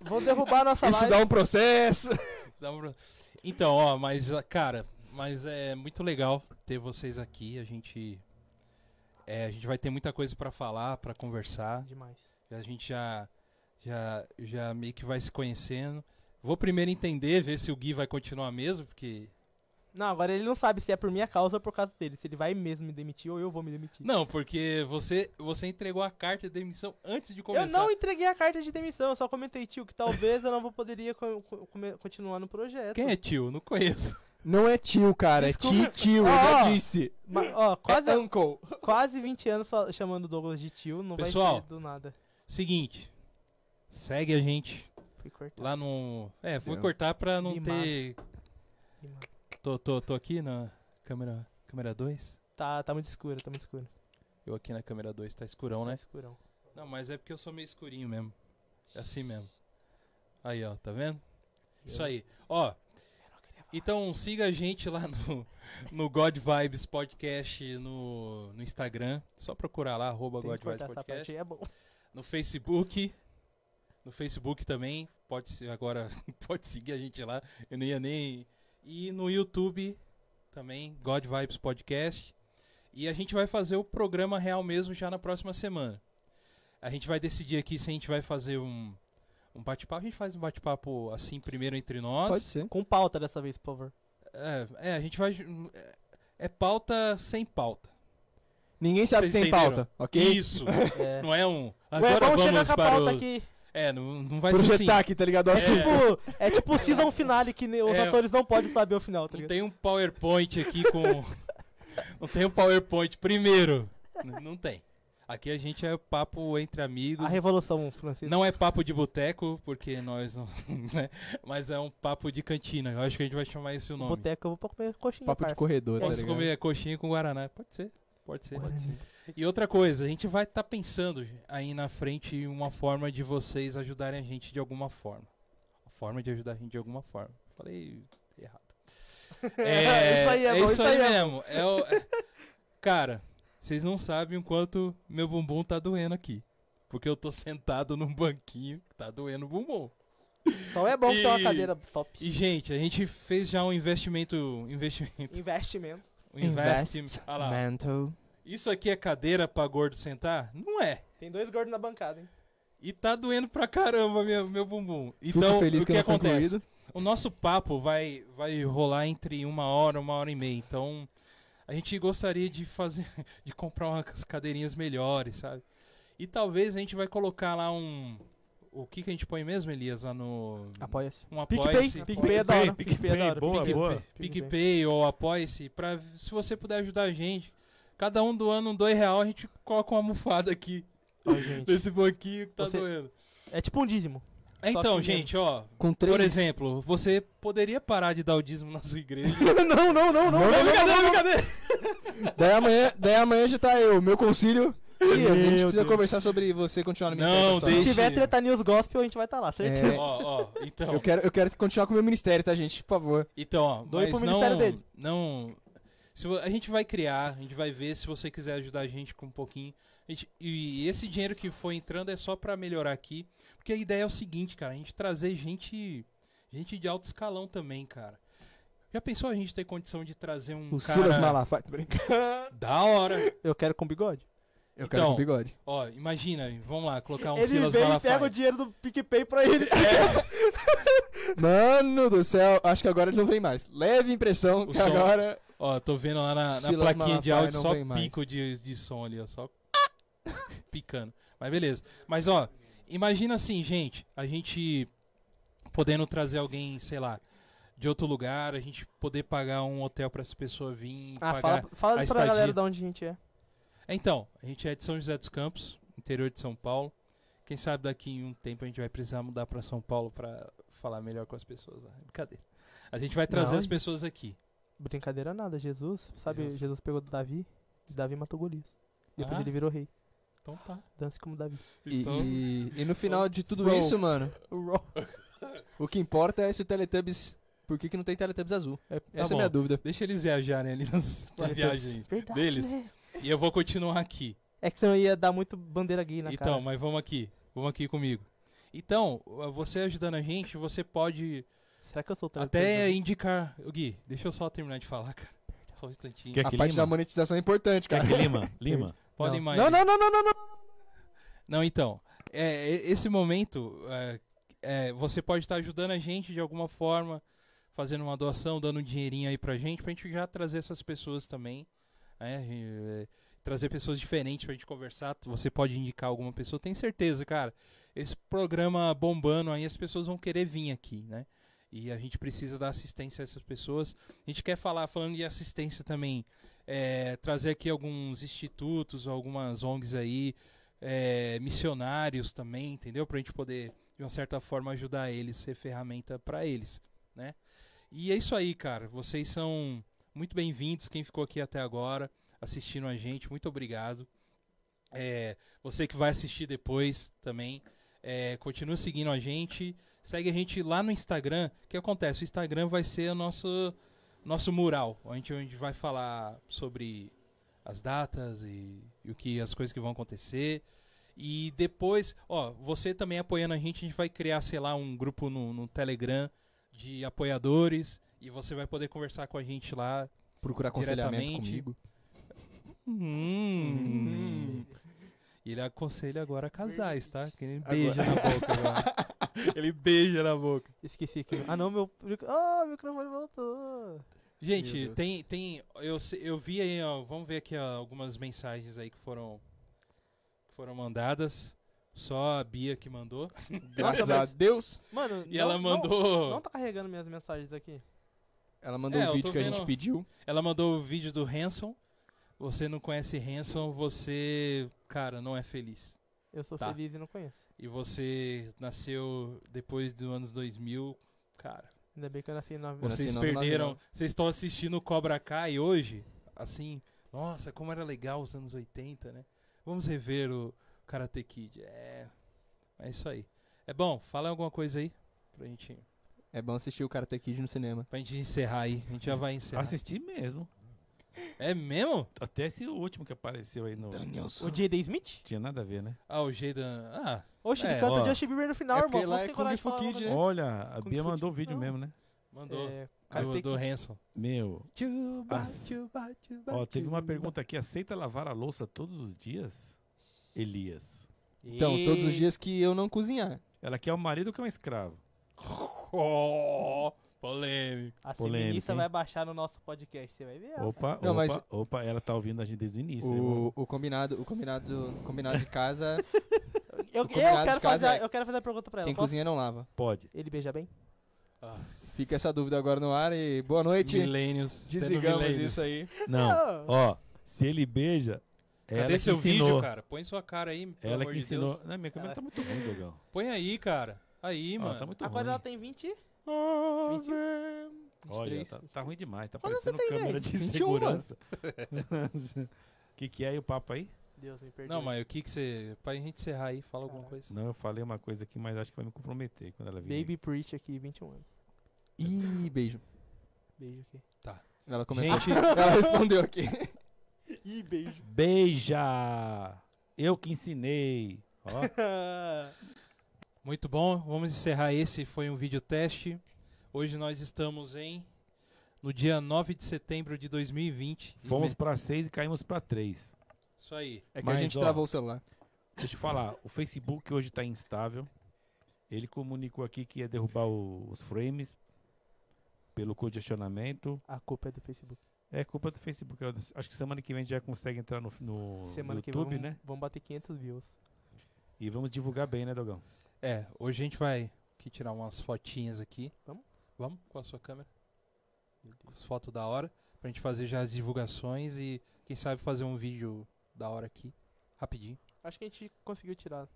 S2: Vão derrubar a nossa
S1: Isso
S2: live.
S1: dá um processo.
S3: Dá pra- Então, ó, mas, ah, cara, mas é muito legal ter vocês aqui. A gente. é, a gente vai ter muita coisa pra falar, pra
S1: um
S3: conversar.
S2: Demais.
S3: A gente já, já, já meio que vai se conhecendo. Vou primeiro entender, ver se o Gui vai continuar mesmo, porque.
S2: Não, agora ele não sabe se é por minha causa ou por causa dele. Se ele vai mesmo me demitir ou eu vou me demitir.
S3: Não, porque você, você entregou a carta de demissão antes de começar.
S2: Eu não entreguei a carta de demissão, eu só comentei, tio, que talvez eu não vou poderia co- co- come- continuar no projeto.
S3: Quem é tio? Não conheço.
S1: Não é tio, cara. É
S2: Desculpa.
S1: tio, tio. Eu
S2: Ó,
S1: já
S2: ó.
S1: disse.
S2: Ma- ó,
S1: É
S2: quase,
S1: uncle.
S2: quase 20 anos fal- chamando o Douglas de tio, não
S3: Pessoal.
S2: vai ser do nada.
S3: Seguinte. Segue a gente
S2: Fui cortado.
S3: lá no. É, vou
S1: Entendeu?
S3: cortar pra não
S2: Limado.
S3: ter. Tô, tô, tô aqui na câmera. Câmera 2?
S2: Tá, tá muito escuro, tá muito escuro.
S3: Eu aqui na câmera 2, tá escurão,
S2: Tá
S3: né?
S2: escurão.
S3: Não, mas é porque eu sou meio escurinho mesmo. É assim mesmo. Aí, ó, tá vendo? Isso aí. Ó, então siga a gente lá no, no God Vibes Podcast no, no Instagram. Só procurar lá, arroba
S2: Tem
S3: God
S2: que cortar
S3: Vibes
S2: essa parte
S3: Podcast.
S2: aí, é bom.
S3: No Facebook. No Facebook também. Pode ser agora. (laughs) Pode seguir a gente lá. Eu não ia nem. E no YouTube também, God Vibes Podcast. E a gente vai fazer o programa real mesmo já na próxima semana. A gente vai decidir aqui se a gente vai fazer um, um bate-papo. A gente faz um bate-papo assim primeiro entre nós.
S1: Pode ser.
S2: Com pauta dessa vez, por favor.
S3: É, é, a gente vai. é- É pauta sem pauta.
S1: Ninguém sabe se
S3: Vocês
S1: tem
S3: entenderam?
S1: pauta, ok?
S3: Isso!
S2: É.
S3: Não é um.
S2: Ué,
S3: Agora
S2: vamos chegar
S3: vamos
S2: com a
S3: para
S2: pauta
S3: o.
S2: aqui.
S3: É, não, não vai ser assim.
S1: Projetar aqui, tá ligado? O
S3: É.
S1: assunto.
S2: Tipo, é tipo o season finale que ne- os
S3: É.
S2: atores não podem saber o final, tá
S3: Não
S2: ligado?
S3: tem um PowerPoint aqui com. (laughs) não tem um PowerPoint primeiro. N- não tem. Aqui a gente é papo entre amigos.
S2: A Revolução Francesa.
S3: Não é papo de boteco, porque nós não. (laughs) né? Mas é um papo de cantina. Eu acho que a gente vai chamar esse o
S2: No
S3: nome.
S2: boteco eu vou pra comer coxinha,
S1: Papo de
S2: parça.
S1: corredor, tá
S3: Posso
S1: ligado?
S3: comer coxinha com Guaraná? Pode ser. Pode ser. E outra coisa, a gente vai estar pensando aí na frente uma forma de vocês ajudarem a gente de alguma forma. Uma forma de ajudar a gente de alguma forma. Falei errado.
S2: Isso aí é bom,
S3: isso
S2: isso aí
S3: aí
S2: é
S3: mesmo. É o- é- Cara, vocês não sabem o quanto meu bumbum tá doendo aqui. Porque eu tô sentado num banquinho, que tá doendo o bumbum.
S2: Então é bom ter uma
S3: E-
S2: cadeira top.
S3: E, gente, a gente fez já um investimento. Investimento.
S2: Investimento.
S3: Um investi- Ah lá.
S1: Mental.
S3: Isso aqui é cadeira pra gordo sentar? Não é.
S2: Tem dois gordos na bancada, hein?
S3: E tá doendo pra caramba meu, meu bumbum.
S1: Fico
S3: Então,
S1: feliz
S3: o que,
S1: eu não fui
S3: acontece?
S1: incluído.
S3: O nosso papo vai, vai rolar entre uma hora e uma hora e meia. Então, a gente gostaria de fazer, (laughs) de comprar umas cadeirinhas melhores, sabe? E talvez a gente vai colocar lá um, o que, que a gente põe mesmo, Elias, lá no.
S2: Apoia-se.
S3: Um apoia-se.
S2: PicPay, PicPay é da hora.
S4: PicPay,
S2: PicPay é da hora.
S4: boa,
S2: PicPay.
S4: boa.
S2: PicPay.
S3: PicPay ou apoia-se, pra, se você puder ajudar a gente. Cada um doando um dois real, a gente coloca uma almofada aqui
S2: Ó, gente.
S3: nesse banquinho que tá
S2: Você-
S3: doendo.
S2: É tipo um dízimo.
S3: É, Então,
S2: que-
S3: gente, ó,
S1: Com três.
S3: por exemplo, você poderia parar de dar o dízimo na sua
S2: (laughs)
S3: igreja.
S2: não, não, não, não.
S3: Não, brincadeira, brincadeira!
S1: Daí amanhã, daí amanhã já tá eu, meu
S3: (laughs)
S1: concílio. E a gente
S4: Meu
S1: precisa
S4: Deus.
S1: conversar sobre você continuar no
S3: Não,
S1: ministério. tá pastoral.
S2: Se
S3: deixa-
S2: tiver Treta News Gospel, a gente vai estar tá lá, certeza.
S1: É,
S3: Ó, ó, então.
S1: eu, quero, eu quero continuar com o meu ministério, tá, gente? Por favor.
S3: Então, ó,
S2: Doe
S3: mas
S2: pro
S3: não,
S2: ministério dele.
S3: não. Se, vo- a gente vai criar, a gente vai ver se você quiser ajudar a gente com um pouquinho. A gente- e esse dinheiro que foi entrando é só pra melhorar aqui, porque a ideia é o seguinte, cara, a gente trazer gente, gente de alto escalão também, cara. Já pensou a gente ter condição de trazer um
S1: O
S3: cara
S1: Silas Malafaia. Tô brincando.
S3: da hora?
S2: Eu quero com bigode.
S1: Eu
S3: Então,
S1: quero com bigode.
S3: Ó, imagina, vamos lá, colocar um
S2: ele
S3: Silas
S2: vem e
S3: Malafaia.
S2: pega o dinheiro do PicPay pra (laughs) ele.
S1: Mano do céu, acho que agora ele não vem mais. Leve impressão
S3: O
S1: que
S3: som-
S1: agora.
S3: Ó, tô vendo lá na, na
S1: Silas
S3: plaquinha de
S1: Malafaia
S3: áudio
S1: não
S3: só
S1: vem mais.
S3: pico de, de som ali, ó. Só (laughs) picando. Mas beleza. Mas ó, imagina assim, gente, a gente podendo trazer alguém, sei lá, de outro lugar, a gente poder pagar um hotel pra essa pessoa vir,
S2: Ah,
S3: pagar.
S2: fala, fala pra
S3: a estadia.
S2: galera de onde a gente é.
S3: Então, a gente é de São José dos Campos, interior de São Paulo. Quem sabe daqui em um tempo a gente vai precisar mudar pra São Paulo pra falar melhor com as pessoas. lá. Brincadeira. A gente vai trazer
S2: Não,
S3: as
S2: gente.
S3: pessoas aqui.
S2: Brincadeira nada, Jesus. Sabe,
S3: Jesus.
S2: Jesus, pegou do Davi. E Davi matou Golias. Depois
S3: Ah.
S2: ele virou rei.
S3: Então tá.
S2: Dance como Davi.
S1: E,
S3: Então-
S1: e- e no final de tudo
S2: Roll.
S1: isso,
S3: (laughs)
S1: mano,
S2: Ro-
S1: o que importa é se o Teletubbies. Por que, que não tem Teletubbies azul?
S2: É,
S1: Essa é
S3: Tá bom.
S1: a minha dúvida.
S3: Deixa eles viajarem ali
S2: (laughs)
S3: nas, na
S2: Teletubbies.
S3: viagem.
S2: verdade,
S3: Deles.
S2: né?
S3: E eu vou continuar aqui.
S2: É que senão ia dar muito bandeira gay na
S3: então,
S2: cara.
S3: mas vamos aqui. Vamos aqui comigo. Então, você ajudando a gente, você pode
S2: Será que eu sou trans?
S3: até indicar. Ô, Gui, deixa eu só terminar de falar, cara. Só um instantinho.
S4: Quer
S1: a
S4: que
S1: parte da
S4: lima?
S1: monetização é importante,
S4: Quer
S1: cara.
S4: que lima? Lima.
S3: Podem
S2: não.
S3: mais.
S2: Não, não, não, não, não, não.
S3: Não, então. é, e- esse momento, é, é, você pode estar ajudando a gente de alguma forma, fazendo uma doação, dando um dinheirinho aí pra gente, pra gente já trazer essas pessoas também. né? E, é, trazer pessoas diferentes pra gente conversar. Tu- Você pode indicar alguma pessoa. Tenho certeza, cara. Esse programa bombando aí, as pessoas vão querer vir aqui, né? E a gente precisa dar assistência a essas pessoas. A gente quer falar, falando de assistência também, é, trazer aqui alguns institutos, algumas ONGs aí, é, missionários também, entendeu? Pra gente poder, de uma certa forma, ajudar eles, ser ferramenta pra eles, né? E é isso aí, cara. Vocês são muito bem-vindos, quem ficou aqui até agora, assistindo a gente, muito obrigado. É, você que vai assistir depois também, é, continua seguindo a gente, segue a gente lá no Instagram. O que acontece? O Instagram vai ser o nosso, nosso mural, onde a gente vai falar sobre as datas e, e o que as coisas que vão acontecer. E depois, ó, você também apoiando a gente, a gente vai criar, sei lá, um grupo no, no Telegram de apoiadores e você vai poder conversar com a gente lá.
S1: Procurar aconselhamento
S3: Diretamente.
S1: comigo.
S3: Hum. E ele aconselha agora casais, tá? Que ele beija na boca agora. (laughs) Ele beija na boca.
S2: Esqueci aqui. Ah, não, meu. Ah, meu microfone voltou.
S1: Meu
S3: Gente,
S1: Deus.
S3: tem, tem eu, se- eu vi aí, ó, vamos ver aqui ó, algumas mensagens aí que foram que foram mandadas. Só a Bia que mandou.
S1: Graças
S2: mas-
S1: a Deus.
S2: Mano,
S3: E
S2: não-
S3: ela
S2: não-
S3: mandou,
S2: Não, tá carregando minhas mensagens aqui.
S1: Ela mandou
S3: É,
S1: um
S3: eu
S1: vídeo
S3: tô
S1: que a
S3: vendo-
S1: gente pediu.
S3: ela mandou o vídeo do Hanson. Você não conhece Hanson, você, cara, não é feliz.
S2: Eu sou
S3: Tá.
S2: feliz e não conheço.
S3: E você nasceu depois dos anos 2000, cara.
S2: Ainda bem que eu nasci em nove
S1: Você-
S3: Vocês
S1: nasci em
S3: perderam.
S1: 99.
S3: Vocês estão assistindo o Cobra Kai hoje? Assim, nossa, como era legal os anos 80, né? Vamos rever o Karate Kid. É. É isso aí. É bom, fala alguma coisa aí pra gente,
S1: É bom assistir o Karate Kid no cinema.
S3: pra gente encerrar aí. A gente já vai encerrar.
S4: Assisti mesmo.
S3: É mesmo?
S4: Até esse último que apareceu aí
S1: Tá.
S4: no.
S2: O J.D. Smith?
S4: Tinha nada a ver, né?
S3: Ah, o Jaden. Ah,
S2: Oxe,
S3: É,
S2: ele canta
S4: ó.
S2: o Justin Bieber no final,
S1: É
S2: irmão.
S1: porque lá
S2: Você
S1: é
S2: tem coragem de
S1: Kung Fu
S2: falar
S1: Kid,
S2: uma
S4: Olha, a
S2: Kung
S4: Bia
S2: Fu
S4: mandou o vídeo
S2: não.
S4: mesmo, né?
S3: mandou.
S2: coisa? É,
S3: do
S2: Karate
S3: do
S2: Kid.
S3: Hanson.
S4: Meu.
S3: Tchuba,
S4: As-
S3: tchuba, tchuba,
S4: Ó, teve uma
S3: tchuba.
S4: pergunta aqui. Aceita lavar a louça todos os dias? Elias.
S1: Então, todos os
S2: E-
S1: dias que eu não cozinhar.
S4: Ela quer o marido que é um escravo.
S3: Oh, polêmico.
S2: A
S4: Polêmica,
S2: feminista
S4: hein?
S2: vai baixar no nosso podcast, você vai ver. rapaz.
S4: Opa,
S1: É. Não,
S4: opa,
S1: mas-
S4: opa, ela tá ouvindo a gente desde o início. né, mano?
S3: (laughs)
S1: O, o combinado, o combinado, o combinado de casa
S2: eu,
S1: combinado
S2: eu quero
S1: de casa
S2: fazer, a-
S1: é-
S2: eu quero fazer a pergunta pra ela.
S1: Quem
S2: Posso?
S1: cozinha não lava.
S4: Pode.
S2: Ele beija bem?
S1: Fica essa dúvida agora no ar e boa noite.
S3: Milênios. sendo
S1: Desligamos
S3: millennials.
S1: isso aí. (laughs)
S4: Não. Ó, se ele beija, é ela
S3: Cadê seu
S4: que ensinou.
S3: vídeo, cara? Põe sua cara aí, pelo
S4: Ela
S3: amor
S4: que
S3: de
S4: ensinou.
S3: Deus.
S4: Não, minha câmera
S2: Ela-
S4: tá muito ruim, Dogão.
S3: Põe aí, cara. Aí,
S4: Ó,
S3: mano. Ah,
S4: tá muito
S2: Agora
S4: ruim.
S2: ela tem 20? um?
S4: Olha,
S1: 23.
S4: tá, tá ruim demais, tá
S1: Quantos você
S4: parecendo
S1: tem,
S4: câmera
S1: velho?
S4: de
S1: 21.
S4: segurança. O (laughs) que, que é aí o papo aí?
S2: Deus me perdoe.
S3: Não, mas o que que você... Pra gente encerrar aí, fala alguma
S2: Caraca.
S3: coisa.
S4: Não, eu falei uma coisa aqui, mas acho que vai me comprometer quando ela vir.
S2: Baby Preach aqui, 21 anos.
S1: Ih, beijo. (laughs)
S2: Beijo aqui.
S1: Ela comentou.
S3: Gente,
S1: (laughs) Ela respondeu aqui.
S2: Ih, beijo.
S4: Beija! Eu que ensinei.
S2: (laughs)
S4: Ó,
S3: muito bom. Vamos encerrar esse. Foi um vídeo teste. Hoje nós estamos em... No dia 9 de setembro de 2020. E
S4: fomos
S3: me-
S4: pra seis e caímos pra três.
S3: Isso aí.
S1: É que
S4: Mas,
S1: a gente
S4: ó,
S1: travou o celular.
S4: Deixa eu falar, o Facebook hoje tá instável. Ele comunicou aqui que ia derrubar o- os frames pelo congestionamento.
S2: A culpa é do Facebook.
S4: É culpa do Facebook. Eu acho que semana que vem a gente já consegue entrar no, no
S2: Semana que vem
S4: YouTube,
S2: vamos,
S4: né?
S2: vamos bater 500 views.
S4: E vamos divulgar bem, né, Dogão?
S3: É, hoje a gente vai aqui tirar umas fotinhas aqui.
S2: Vamos?
S3: Vamos com a sua câmera. As fotos da hora. Pra gente fazer já as divulgações e quem sabe fazer um vídeo da hora aqui. Rapidinho.
S2: Acho que a gente conseguiu tirar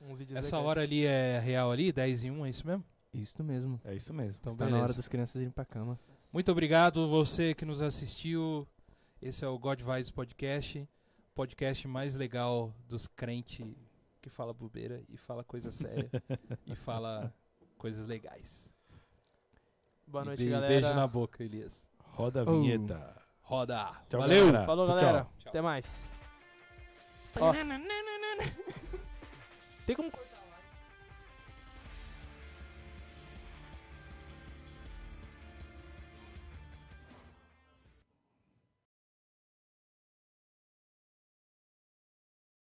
S2: uns vídeos
S3: Essa
S2: legais.
S3: hora ali é real ali? 10 e 1, é isso mesmo?
S1: Isso mesmo.
S4: É isso mesmo.
S3: Então,
S1: Está na hora
S3: beleza.
S1: das crianças irem pra cama.
S3: Muito obrigado você que nos assistiu. Esse é o God Vibes Podcast. Podcast mais legal dos crentes que fala bobeira e fala coisa
S2: (laughs)
S3: séria e fala coisas legais.
S2: Boa
S3: E
S2: noite,
S3: be-
S2: galera.
S3: Beijo na boca, Elias.
S4: Roda a
S1: Oh.
S4: vinheta.
S3: Roda.
S4: Tchau,
S3: Valeu.
S4: galera.
S2: Falou,
S4: Tchau, tchau.
S2: galera.
S1: (laughs)
S3: Tchau.
S2: Até mais. Ó. Tem como cortar?